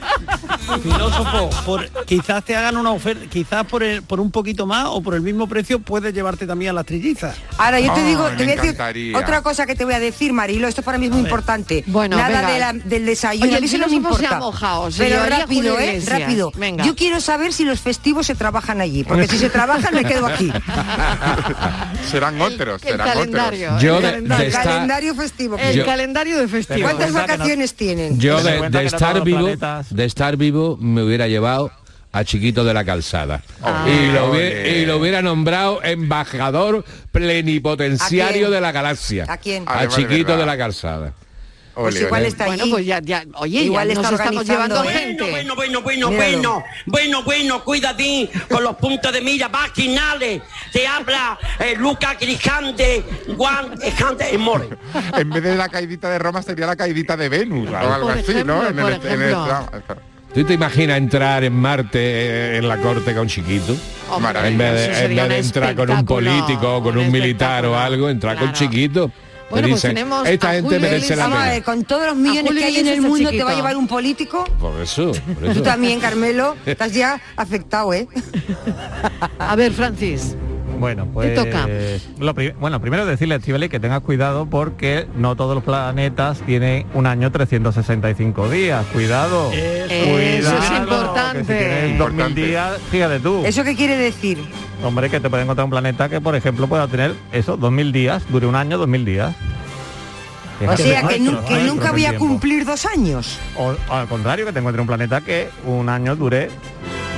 Speaker 6: Filósofo, por- quizás te hagan una oferta, quizás por, el- por un poquito más o por el mismo precio puedes llevarte también a las trillizas.
Speaker 8: Ahora yo
Speaker 6: Ah,
Speaker 8: te digo, te voy a decir otra cosa que te voy a decir, Marilo, esto para mí es muy importante.
Speaker 4: Bueno,
Speaker 8: Nada
Speaker 4: venga.
Speaker 8: de la- del desayuno,
Speaker 4: Oye,
Speaker 8: a mí
Speaker 4: el
Speaker 8: eso no me
Speaker 4: filósofo se
Speaker 8: importa.
Speaker 4: ha mojado, se
Speaker 8: Pero
Speaker 4: llevaría a
Speaker 8: rápido,
Speaker 4: Julio
Speaker 8: ¿eh?
Speaker 4: Iglesias.
Speaker 8: Rápido.
Speaker 4: Venga.
Speaker 8: Yo quiero saber si los festivos se trabajan allí, porque si se trabajan me quedo
Speaker 4: [LAUGHS]
Speaker 8: aquí.
Speaker 7: [LAUGHS] serán otros,
Speaker 8: el
Speaker 7: serán
Speaker 8: calendario,
Speaker 7: otros.
Speaker 9: Yo de-
Speaker 8: El
Speaker 9: de esta-
Speaker 8: calendario festivo.
Speaker 9: El Yo-
Speaker 4: calendario de festivos.
Speaker 8: ¿Cuántas
Speaker 9: Cuenta que no-
Speaker 8: vacaciones tienen?
Speaker 9: Yo
Speaker 5: Ten en
Speaker 9: de,
Speaker 5: cuenta
Speaker 9: de
Speaker 5: que no todos
Speaker 9: estar
Speaker 5: los
Speaker 9: vivo,
Speaker 5: planetas-
Speaker 9: de estar vivo me hubiera llevado a Chiquito de la Calzada.
Speaker 5: Ah.
Speaker 9: Y, lo hubie- y lo
Speaker 5: Ole.
Speaker 9: hubiera, nombrado embajador
Speaker 4: ¿A quién?
Speaker 9: plenipotenciario de la galaxia.
Speaker 4: ¿A quién?
Speaker 7: Ah,
Speaker 9: A
Speaker 4: Además de
Speaker 9: Chiquito
Speaker 4: verdad.
Speaker 9: de la Calzada.
Speaker 4: Bueno, pues ya, ya, oye,
Speaker 9: Igual
Speaker 4: ya
Speaker 9: está
Speaker 4: nos estamos llevando
Speaker 9: organizando,
Speaker 4: a
Speaker 9: ¿eh?
Speaker 4: gente.
Speaker 20: Bueno, bueno, bueno,
Speaker 4: Míralo.
Speaker 20: bueno, bueno, bueno, cuídate con los puntos de mira vaginales. Te habla eh, Luca Grijante, Juan Grijante y More.
Speaker 7: en vez de la caidita de Roma sería la caidita de Venus o algo
Speaker 20: Por
Speaker 7: así,
Speaker 20: ejemplo,
Speaker 7: ¿no? En
Speaker 20: por
Speaker 7: el, en el- ah,
Speaker 20: ejemplo.
Speaker 9: ¿Tú te imaginas entrar en Marte eh, en la corte con Chiquito?
Speaker 7: Hombre,
Speaker 9: en vez
Speaker 7: eso
Speaker 9: de, en
Speaker 7: sería
Speaker 9: vez de
Speaker 7: un
Speaker 9: entrar con un
Speaker 7: espectáculo,
Speaker 9: político o con un, militar o algo, entrar con Chiquito. Te
Speaker 8: Bueno, pues
Speaker 9: dicen,
Speaker 8: tenemos
Speaker 9: esta
Speaker 8: a
Speaker 9: gente
Speaker 8: Julio
Speaker 9: merece la
Speaker 8: Vamos a
Speaker 9: pena.
Speaker 8: ver, con todos los
Speaker 4: A
Speaker 8: millones
Speaker 4: Julio
Speaker 8: que hay en el
Speaker 4: Iglesias es
Speaker 8: mundo te
Speaker 4: chiquito.
Speaker 8: va a llevar un político.
Speaker 9: Por eso, por
Speaker 8: Tú
Speaker 9: eso.
Speaker 8: también, Carmelo, estás ya afectado, ¿eh?
Speaker 4: A ver, Francis.
Speaker 5: Bueno, pues
Speaker 4: toca.
Speaker 5: lo pri- bueno, primero decirle a Estíbaliz que tengas cuidado porque no todos los planetas tienen un año 365 días. Cuidado.
Speaker 8: Eso es
Speaker 4: Eh,
Speaker 5: cuidado, que si
Speaker 8: Eh, importante.
Speaker 5: tienes 2000 días, fíjate tú.
Speaker 8: ¿Eso qué quiere decir?
Speaker 5: Hombre, que te puede encontrar un planeta que, por ejemplo, pueda tener eso, 2000 días, dure un año, 2000 días.
Speaker 8: O
Speaker 5: Fíjate,
Speaker 8: sea, que,
Speaker 5: nuestro,
Speaker 8: nu- que
Speaker 5: nuestro
Speaker 8: nunca voy a
Speaker 5: tiempo.
Speaker 8: cumplir dos años.
Speaker 5: O, al contrario, que te encuentre un planeta que un año dure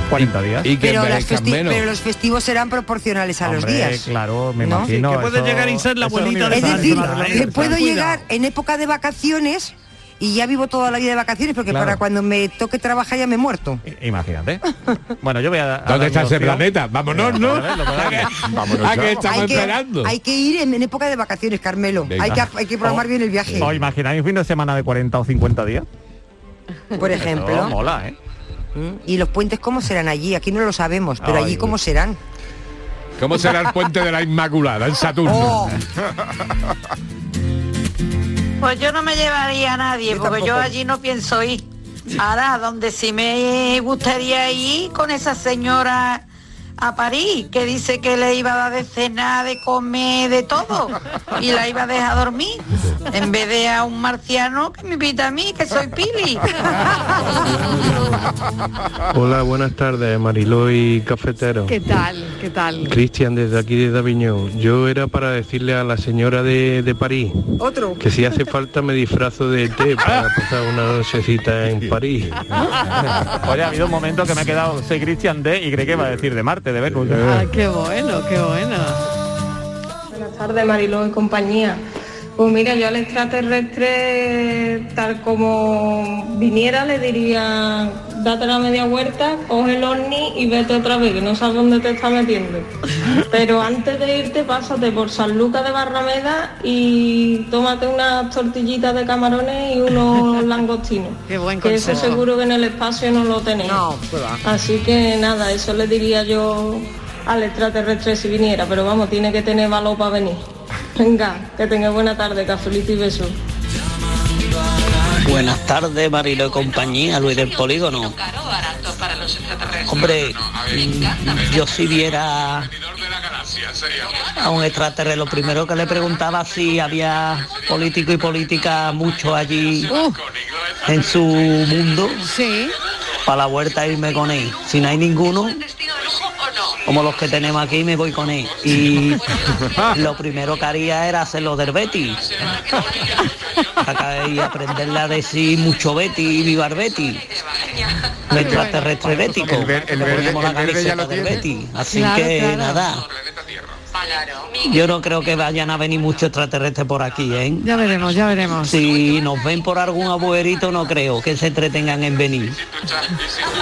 Speaker 5: 40 días.
Speaker 8: pero, las festi- pero los festivos serán proporcionales a los
Speaker 5: Hombre,
Speaker 8: días.
Speaker 5: Claro, me
Speaker 8: ¿no?
Speaker 5: imagino.
Speaker 30: Que puede llegar y ser la
Speaker 5: eso es
Speaker 30: abuelita de
Speaker 8: Es
Speaker 5: universal,
Speaker 8: decir,
Speaker 5: eso es
Speaker 8: que
Speaker 5: universal.
Speaker 8: puedo llegar en época de vacaciones y ya vivo toda la vida de vacaciones, porque
Speaker 5: Claro.
Speaker 8: para cuando me toque trabajar ya me he muerto. [LAUGHS]
Speaker 5: Imagínate. Bueno, yo voy a. a
Speaker 9: ¿Dónde
Speaker 5: dar
Speaker 9: está
Speaker 5: mi
Speaker 9: ese
Speaker 5: opción.
Speaker 9: planeta? Vámonos, ¿no?
Speaker 7: [LAUGHS]
Speaker 9: Vámonos ¿A ya. qué estamos
Speaker 8: hay que,
Speaker 9: esperando?
Speaker 8: Hay que ir en, en época de vacaciones, Carmelo.
Speaker 5: Venga.
Speaker 8: Hay que, hay que programar
Speaker 5: O-
Speaker 8: bien el viaje.
Speaker 5: ¿Os imagináis un fin de semana de 40 o 50 días?
Speaker 8: Por
Speaker 5: Eso
Speaker 8: ejemplo.
Speaker 5: mola, ¿eh?
Speaker 8: Mm, ¿Y los puentes cómo serán allí? Aquí no lo sabemos, pero
Speaker 9: Ay,
Speaker 8: allí cómo serán.
Speaker 9: ¿Cómo será el puente de la Inmaculada en
Speaker 4: Oh.
Speaker 9: [LAUGHS] Saturno?
Speaker 17: Pues yo no me llevaría a nadie, porque yo allí no pienso ir. Ahora, donde sí me gustaría ir con esa señora a París, que dice que le iba a dar de cenar, de comer, de todo, y la iba a dejar dormir, en vez de a un marciano que me invita a mí, que soy Pili.
Speaker 11: Hola, buenas tardes, Mariló y cafetero.
Speaker 4: ¿Qué tal? ¿Qué tal?
Speaker 11: Cristian, desde aquí, desde Aviñón. Yo era para decirle a la señora de, de París
Speaker 8: Otro.
Speaker 11: que si hace falta me disfrazo de té para pasar una nochecita en París.
Speaker 5: Oye, ha habido un momento que me he quedado, soy Christian D y creí que iba a decir de Marte, de Venus.
Speaker 9: Eh.
Speaker 17: Ah,
Speaker 4: qué bueno, qué bueno.
Speaker 18: Buenas tardes, Mariló y compañía. Pues mira, yo al extraterrestre, tal como viniera, le diría, date la media vuelta, coge el ovni y vete otra vez, que no sabes dónde te
Speaker 4: [LAUGHS]
Speaker 18: está metiendo. Pero antes de irte, pásate por San Lucas de Barrameda y tómate unas tortillitas de camarones y
Speaker 4: [LAUGHS]
Speaker 18: unos langostinos.
Speaker 4: Qué buen
Speaker 18: que eso
Speaker 4: consejo. pues
Speaker 18: seguro que en el espacio no lo tenéis. Así que nada, eso le diría yo al extraterrestre si viniera, pero vamos, tiene que tener valor para venir. Venga, que tenga buena tarde, cafelito y besos.
Speaker 20: Buenas tardes, Marilo y compañía, Luis del Polígono. Hombre, mm, yo si viera a un extraterrestre, lo primero que le preguntaba si había político y política mucho allí en su mundo.
Speaker 4: Sí.
Speaker 20: Para la vuelta irme con él. Si no hay ninguno, como los que tenemos aquí, me voy con él. Y lo primero que haría era hacerlo del Betty. Acá y aprenderle a decir mucho Betty y viva el Betty. Un extraterrestre bético.
Speaker 7: El ver- el
Speaker 20: Le
Speaker 7: verde-
Speaker 20: poníamos la
Speaker 7: el verde
Speaker 20: camiseta
Speaker 7: ya lo
Speaker 20: del
Speaker 7: tiene.
Speaker 20: Betis. Así
Speaker 7: Claro,
Speaker 20: que
Speaker 7: claro.
Speaker 20: nada. Yo no creo que vayan a venir muchos extraterrestres por aquí, ¿eh?
Speaker 4: Ya veremos, ya veremos.
Speaker 20: Si nos ven por algún abuelito, no creo que se entretengan en venir.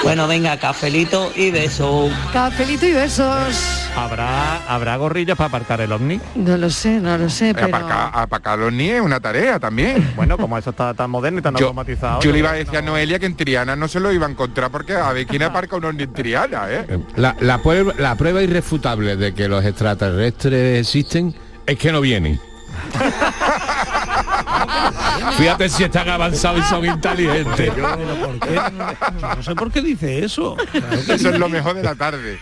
Speaker 20: Bueno, venga, cafelito y beso.
Speaker 4: Cafelito y besos.
Speaker 5: ¿Habrá, ¿Habrá gorrillos para aparcar el ovni?
Speaker 4: No lo sé, no lo sé, pero...
Speaker 7: Aparcar, aparcar los niños es una tarea también.
Speaker 5: Bueno, como eso está tan moderno y tan automatizado.
Speaker 7: Yo le
Speaker 5: yo
Speaker 7: iba a
Speaker 5: creo
Speaker 7: decir a Noelia que en Triana no se lo iba a encontrar porque a ver quién aparca uno en Triana, ¿eh?
Speaker 9: La, la prueba, la prueba irrefutable de que los extraterrestres existen es que no vienen. Fíjate si están avanzados y son inteligentes.
Speaker 30: Yo no sé por qué dice eso.
Speaker 7: [LAUGHS] Eso es lo mejor de la tarde.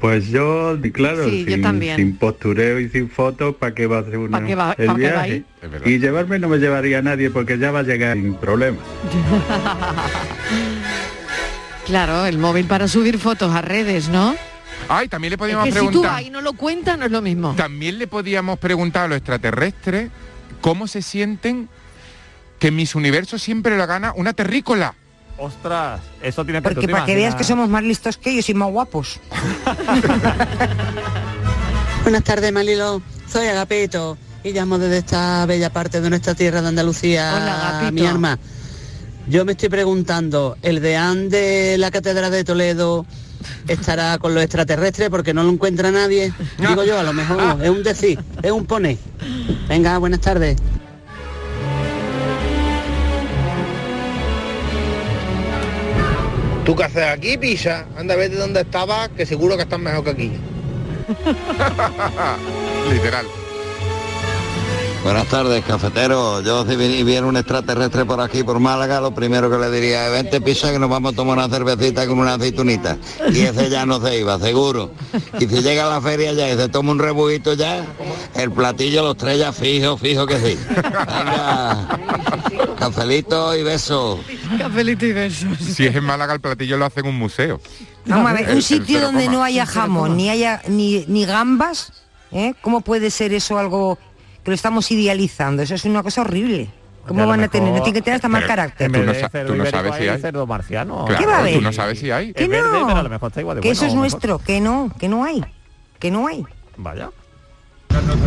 Speaker 16: Pues yo, claro,
Speaker 4: Sí, yo
Speaker 16: sin,
Speaker 4: también.
Speaker 16: sin postureo y sin fotos, ¿para qué va a hacer uno
Speaker 4: ¿Pa' qué va-
Speaker 16: el
Speaker 4: pa' qué va
Speaker 16: viaje?
Speaker 4: ahí?
Speaker 16: Y llevarme no me llevaría a nadie porque ya va a llegar sin problema.
Speaker 4: claro, el móvil para subir fotos a redes, ¿no?
Speaker 7: Ay, también le podíamos
Speaker 4: es que si tú
Speaker 7: preguntar.
Speaker 4: ahí no lo cuentas, no es lo mismo.
Speaker 7: También le podíamos preguntar a los extraterrestres cómo se sienten que Miss Universo siempre lo gana una terrícola.
Speaker 5: Ostras, eso tiene
Speaker 7: que
Speaker 8: Porque para que veas que somos más listos que ellos y más guapos.
Speaker 6: Buenas tardes, Malilo. Soy Agapito y llamo desde esta bella parte de nuestra tierra de Andalucía a mi arma. Yo me estoy preguntando, ¿el deán de la Catedral de Toledo estará con los extraterrestres porque no lo encuentra nadie? Digo yo, a lo mejor es un decir, es un pone. Venga, buenas tardes. ¿Tú qué haces aquí, pisa? Anda, vete donde estabas, que seguro que estás mejor que [LAUGHS] aquí.
Speaker 7: Literal.
Speaker 13: Buenas tardes, cafetero. Yo si vin- viene un extraterrestre por aquí, por Málaga, lo primero que le diría es vente pisa que nos vamos a tomar una cervecita con una aceitunita. Y ese ya no se iba, seguro. Y si llega a la feria ya y se toma un rebujito ya, el platillo lo estrella fijo, fijo que sí. Venga, cafelito y besos.
Speaker 4: Cafelito y besos.
Speaker 7: Si es en Málaga el platillo lo hacen un museo.
Speaker 8: Vamos a ver,
Speaker 7: El-
Speaker 8: un
Speaker 7: el
Speaker 8: sitio
Speaker 7: cero
Speaker 8: donde
Speaker 7: coma.
Speaker 8: no haya jamón, ni haya ni, ni gambas, ¿eh? ¿cómo puede ser eso algo que lo estamos idealizando? Eso es una cosa horrible. ¿Cómo
Speaker 7: Ya, a lo
Speaker 8: van a tener?
Speaker 5: Oh,
Speaker 7: mejor-
Speaker 8: Tiene que tener hasta mal
Speaker 7: Pero-
Speaker 8: carácter.
Speaker 7: Tú no,
Speaker 5: de
Speaker 7: sa-
Speaker 5: cerdo
Speaker 7: tú no
Speaker 5: ibérico
Speaker 7: sabes si
Speaker 5: hay
Speaker 7: hay.
Speaker 5: cerdo marciano.
Speaker 7: Claro,
Speaker 8: ¿Qué va a
Speaker 7: tú
Speaker 8: haber?
Speaker 7: no sabes si hay.
Speaker 8: Que no,
Speaker 5: pero a lo mejor está igual de
Speaker 8: que
Speaker 5: bueno,
Speaker 8: eso
Speaker 5: a
Speaker 8: es
Speaker 5: lo mejor.
Speaker 8: nuestro, que no, que no hay, que no hay.
Speaker 5: Vaya.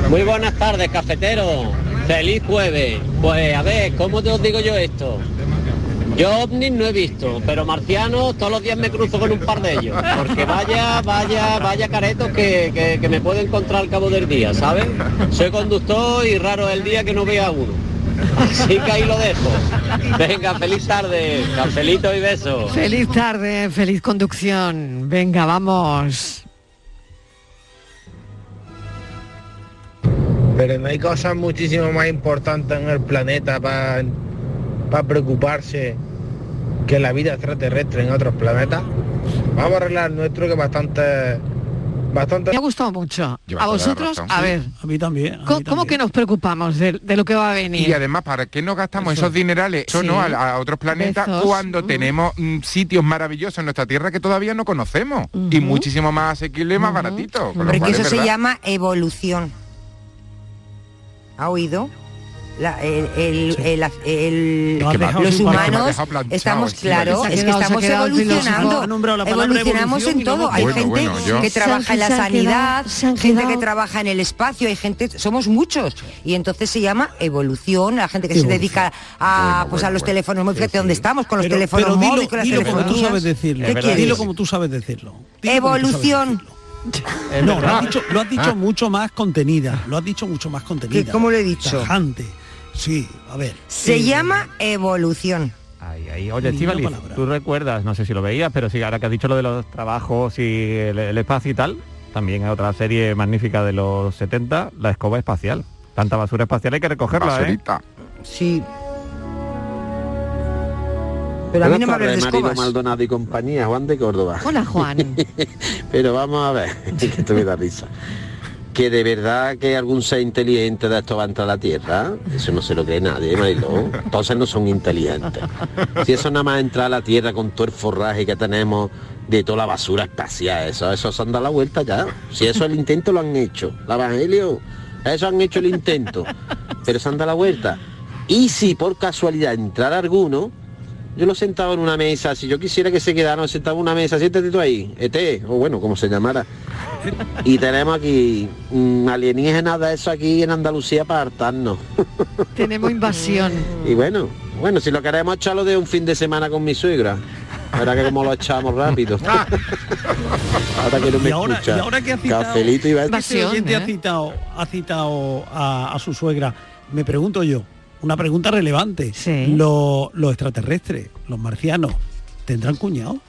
Speaker 1: Muy buenas tardes, cafetero. Feliz jueves. Pues a ver, ¿cómo te os digo yo esto? Yo ovnis no he visto, pero marcianos todos los días me cruzo con un par de ellos. Porque vaya, vaya, vaya caretos que, que- que me puedo encontrar al cabo del día, ¿sabes? Soy conductor y raro es el día que no vea uno. Así que ahí lo dejo. Venga, feliz tarde, cafelito y besos.
Speaker 4: Feliz tarde, feliz conducción. Venga, vamos.
Speaker 11: Pero no hay cosas muchísimo más importantes en el planeta para preocuparse que la vida extraterrestre en otros planetas. Vamos a arreglar nuestro que bastante... bastante...
Speaker 4: Me ha gustado mucho. ¿A vosotros? A ver.
Speaker 6: A mí también.
Speaker 4: ¿Cómo, cómo que nos preocupamos de, de lo que va a venir?
Speaker 7: Y además, ¿para qué nos gastamos esos dinerales? Eso
Speaker 4: Sí.
Speaker 7: no, a, a otros planetas
Speaker 4: Bezos.
Speaker 7: cuando tenemos mm, sitios maravillosos en nuestra Tierra que todavía no conocemos. Y muchísimo más asequible y más baratito.
Speaker 6: Pues
Speaker 7: con lo
Speaker 8: Porque
Speaker 7: cual es
Speaker 8: eso se
Speaker 7: verdad.
Speaker 8: llama evolución. ¿Ha oído? La- el- el- el- el-
Speaker 7: Es que me ha dejado
Speaker 8: los
Speaker 7: sin palabras, me ha
Speaker 8: humanos
Speaker 7: dejado planchado
Speaker 8: estamos
Speaker 7: encima de
Speaker 8: claro
Speaker 7: mí.
Speaker 8: es
Speaker 7: Se
Speaker 8: que
Speaker 7: ha quedado-
Speaker 8: estamos
Speaker 7: se ha quedado filósofo. Ha
Speaker 8: evolucionando
Speaker 7: nombrado la palabra
Speaker 8: evolucionamos
Speaker 7: evolución
Speaker 8: en
Speaker 7: y no
Speaker 8: todo
Speaker 7: me-
Speaker 8: hay
Speaker 7: Bueno,
Speaker 8: gente
Speaker 7: bueno, yo-
Speaker 8: que
Speaker 7: Se han-
Speaker 8: trabaja en la
Speaker 7: se han quedado-
Speaker 8: sanidad gente que trabaja en el espacio hay gente somos muchos y entonces se llama evolución la gente que se
Speaker 6: Evolución.
Speaker 8: dedica a pues a los teléfonos muy fíjate dónde estamos con los
Speaker 6: Pero-
Speaker 8: teléfonos
Speaker 6: pero dilo,
Speaker 8: móviles con las
Speaker 6: dilo como tú
Speaker 8: telefonías.
Speaker 6: sabes decirlo.
Speaker 8: ¿Qué quieres?
Speaker 6: Dilo como tú sabes decirlo. Dilo como tú sabes
Speaker 8: evolución
Speaker 12: Eh,
Speaker 6: decirlo. No, lo has dicho, lo has
Speaker 12: Ah.
Speaker 6: dicho mucho más contenida. Lo has dicho mucho más contenida.
Speaker 8: ¿Qué- cómo lo he dicho?
Speaker 6: Tajante. Sí, a ver.
Speaker 8: se
Speaker 6: Eh,
Speaker 8: llama evolución
Speaker 5: Ahí, ahí. Oye,
Speaker 8: Ni
Speaker 5: Estivali,
Speaker 8: una
Speaker 5: tú recuerdas, no sé si lo veías, pero sí, ahora que has dicho lo de los trabajos y el, el espacio y tal, también hay otra serie magnífica de los 70, La Escoba Espacial. Tanta basura espacial hay que recogerla, ¿eh?
Speaker 7: Basurita.
Speaker 8: Sí.
Speaker 12: Buenas tardes, Marilo Maldonado y compañía, Juan de Córdoba.
Speaker 4: Hola, Juan.
Speaker 12: Pero vamos a ver, [LAUGHS] que esto me da risa. Que de verdad que algún ser inteligente de esto va a entrar a la Tierra, eso no se lo cree nadie, Mariló. Entonces no son inteligentes. Si eso nada más entrar a la Tierra con todo el forraje que tenemos de toda la basura espacial, eso, eso se han dado la vuelta ya. Si eso el intento lo han hecho, la Evangelio, eso han hecho el intento, pero se han dado la vuelta. Y si por casualidad entrara alguno, yo lo sentaba en una mesa, si yo quisiera que se quedaran, sentaba en una mesa, siéntate tú ahí, ET, o bueno, como se llamara. Y tenemos aquí mm, alienígenas de eso aquí en Andalucía para hartarnos.
Speaker 4: [LAUGHS] Tenemos invasión.
Speaker 12: Y bueno, bueno, si lo queremos echarlo de un fin de semana con mi suegra. Verá que como lo echamos rápido. ahora que no me
Speaker 6: Ah. y ahora,
Speaker 12: escucha.
Speaker 6: y ahora que ha citado,
Speaker 12: Cafelito y besos.
Speaker 6: Este oyente
Speaker 4: ¿eh?
Speaker 12: ¿eh?
Speaker 6: ha citado, ha citado a, a su suegra, me pregunto yo, una pregunta relevante. Lo- los extraterrestres, los marcianos, ¿tendrán cuñado?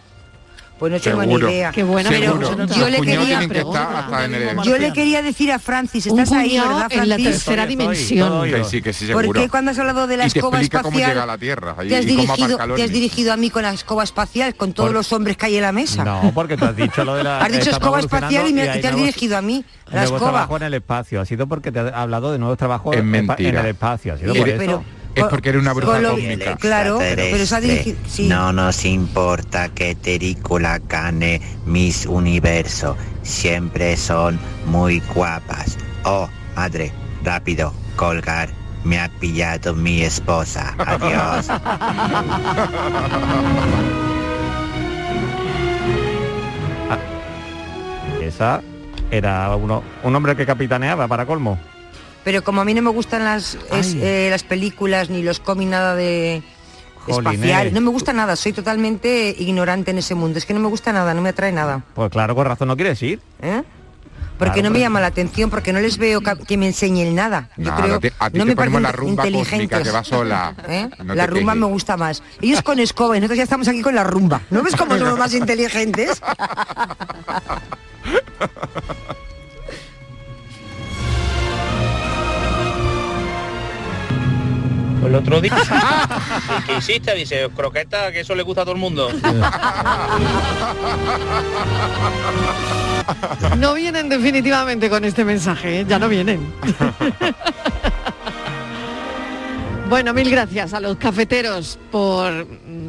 Speaker 8: Pues no tengo ni Seguro. idea. Qué buena Seguro. pregunta. Los Yo le cuñados quería- tienen que estar hasta en el- Yo le quería decir a Francis
Speaker 4: Un
Speaker 8: estás ahí
Speaker 4: cuñado
Speaker 8: verdad
Speaker 4: en la
Speaker 8: Francis?
Speaker 4: tercera Estoy, estoy, dimensión. todo
Speaker 7: Que sí, que sí, seguro.
Speaker 8: ¿Por qué cuando has hablado de la
Speaker 7: Y te
Speaker 8: escoba
Speaker 7: explica
Speaker 8: espacial
Speaker 7: cómo llega a la Tierra y,
Speaker 8: te, has
Speaker 7: y cómo aparca
Speaker 8: dirigido,
Speaker 7: el
Speaker 8: te has
Speaker 7: ovni.
Speaker 8: dirigido a mí con la escoba espacial, con todos los hombres que hay en la mesa?
Speaker 5: No, porque tú has dicho lo de la...
Speaker 8: Has dicho
Speaker 5: estamos
Speaker 8: escoba
Speaker 5: evolucionando
Speaker 8: espacial y, me,
Speaker 5: ahí
Speaker 8: te has
Speaker 5: nuevos-
Speaker 8: dirigido a mí, la
Speaker 5: nuevos
Speaker 8: escoba.
Speaker 5: trabajos en el espacio. Ha sido porque te has hablado de nuevos trabajos
Speaker 7: Es
Speaker 5: en
Speaker 7: mentira.
Speaker 5: el espacio. Ha sido
Speaker 7: Y-
Speaker 5: por
Speaker 7: pero-
Speaker 5: eso.
Speaker 7: Es porque eres una bruja
Speaker 8: con lo-
Speaker 7: cósmica.
Speaker 8: Claro, pero se ha dirigido...
Speaker 13: Extraterrestre.
Speaker 8: Sí.
Speaker 13: No nos importa que Terícula cane mis universo. Siempre son muy guapas. Oh, madre, rápido, colgar. Me ha pillado
Speaker 7: [LAUGHS]
Speaker 13: mi esposa. Adiós.
Speaker 5: Esa era uno, un hombre que capitaneaba, para colmo.
Speaker 8: Pero como a mí no me gustan las, es-
Speaker 5: Ay.
Speaker 8: eh, las películas ni los cómics, nada de
Speaker 5: Jolín, eh.
Speaker 8: espacial, no me gusta nada, soy totalmente ignorante en ese mundo, es que no me gusta nada, no me atrae nada.
Speaker 5: Pues claro, con razón no quiere decir.
Speaker 8: ¿eh? Porque
Speaker 5: Claro,
Speaker 8: no me
Speaker 5: pero-
Speaker 8: llama la atención, porque no les veo ca- que me enseñen nada. Yo
Speaker 7: Nada,
Speaker 8: creo,
Speaker 7: a ti- a ti
Speaker 8: no
Speaker 7: te
Speaker 8: me parecen
Speaker 7: ponemos la rumba
Speaker 8: inteligentes.
Speaker 7: cósmica que va sola.
Speaker 8: ¿Eh?
Speaker 7: No
Speaker 8: la
Speaker 7: te
Speaker 8: rumba
Speaker 7: quejes.
Speaker 8: me gusta más. Ellos con escoba y nosotros ya estamos aquí con la rumba. ¿No ves cómo somos
Speaker 7: [LAUGHS]
Speaker 8: más inteligentes?
Speaker 17: El otro
Speaker 7: [LAUGHS]
Speaker 17: día. ¿Y ¿Qué hiciste? Dice, croqueta, que eso le gusta a todo el mundo.
Speaker 4: [LAUGHS] No vienen definitivamente con este mensaje, ¿eh? ya no vienen. bueno, mil gracias a los cafeteros por mm,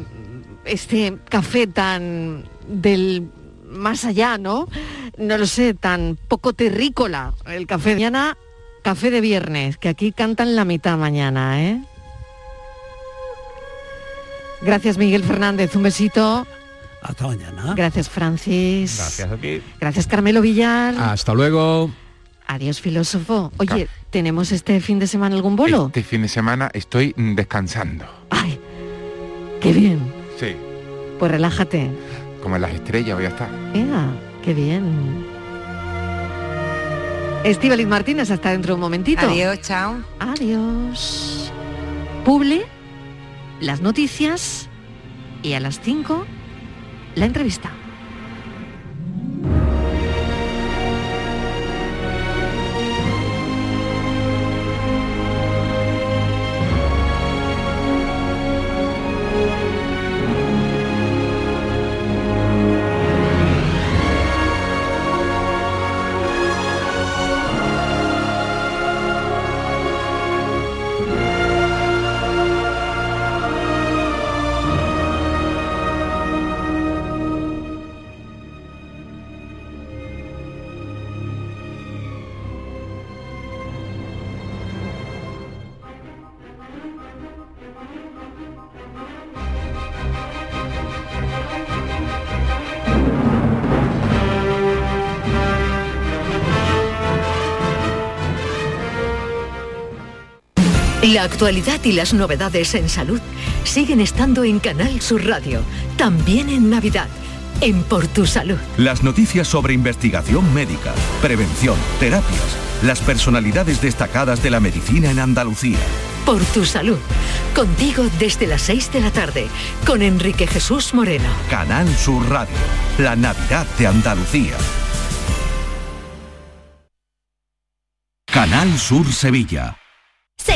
Speaker 4: este café tan del más allá, ¿no? No lo sé, tan poco terrícola. El café de mañana, café de viernes, que aquí cantan la mitad mañana, ¿eh? Gracias Miguel Fernández, un besito.
Speaker 9: Hasta mañana.
Speaker 4: Gracias Francis.
Speaker 5: Gracias a ti.
Speaker 4: Gracias Carmelo Villar.
Speaker 5: Hasta luego.
Speaker 4: Adiós filósofo. Oye, ¿tenemos este fin de semana algún bolo?
Speaker 7: Este fin de semana estoy mm, descansando.
Speaker 4: Qué bien.
Speaker 7: Sí,
Speaker 4: Pues relájate.
Speaker 7: como en las estrellas voy a estar.
Speaker 4: Ea, qué bien. Estíbaliz Martínez, hasta dentro de un momentito.
Speaker 8: Adiós, chao.
Speaker 4: Adiós. Publi, las noticias y a las 5 la entrevista.
Speaker 31: La actualidad y las novedades en salud siguen estando en Canal Sur Radio, también en Navidad, en Por tu Salud.
Speaker 32: Las noticias sobre investigación médica, prevención, terapias, las personalidades destacadas de la medicina en Andalucía.
Speaker 31: Por tu Salud. Contigo desde las 6 de la tarde, con Enrique Jesús Moreno.
Speaker 32: Canal Sur Radio, la Navidad de Andalucía. Canal Sur Sevilla.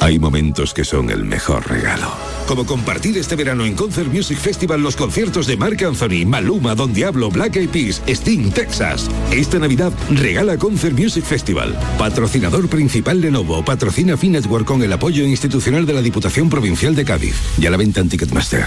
Speaker 26: Hay momentos que son el mejor regalo. Como compartir este verano en Concert Music Festival los conciertos de Marc Anthony, Maluma, Don Diablo, Black Eyed Peas, Sting, Texas. Esta Navidad regala Concert Music Festival. Patrocinador principal Lenovo, patrocina Finetwork con el apoyo institucional de la Diputación Provincial de Cádiz. Ya la venta en Ticketmaster.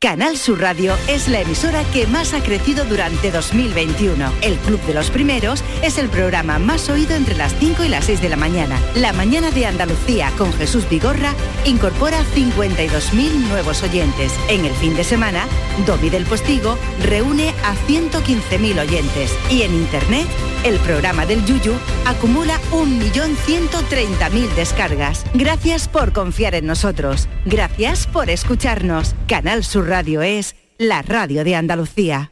Speaker 33: Canal Sur Radio es la emisora que más ha crecido durante 2021. El Club de los Primeros es el programa más oído entre las 5 y las 6 de la mañana. La mañana de Andalucía con Jesús Vigorra incorpora 52.000 nuevos oyentes. En el fin de semana, Domi del Postigo reúne a 115.000 oyentes. Y en Internet, el programa del Yuyu acumula 1.130.000 descargas. Gracias por confiar en nosotros. Gracias por escucharnos. Canal Sur Radio es la radio de Andalucía.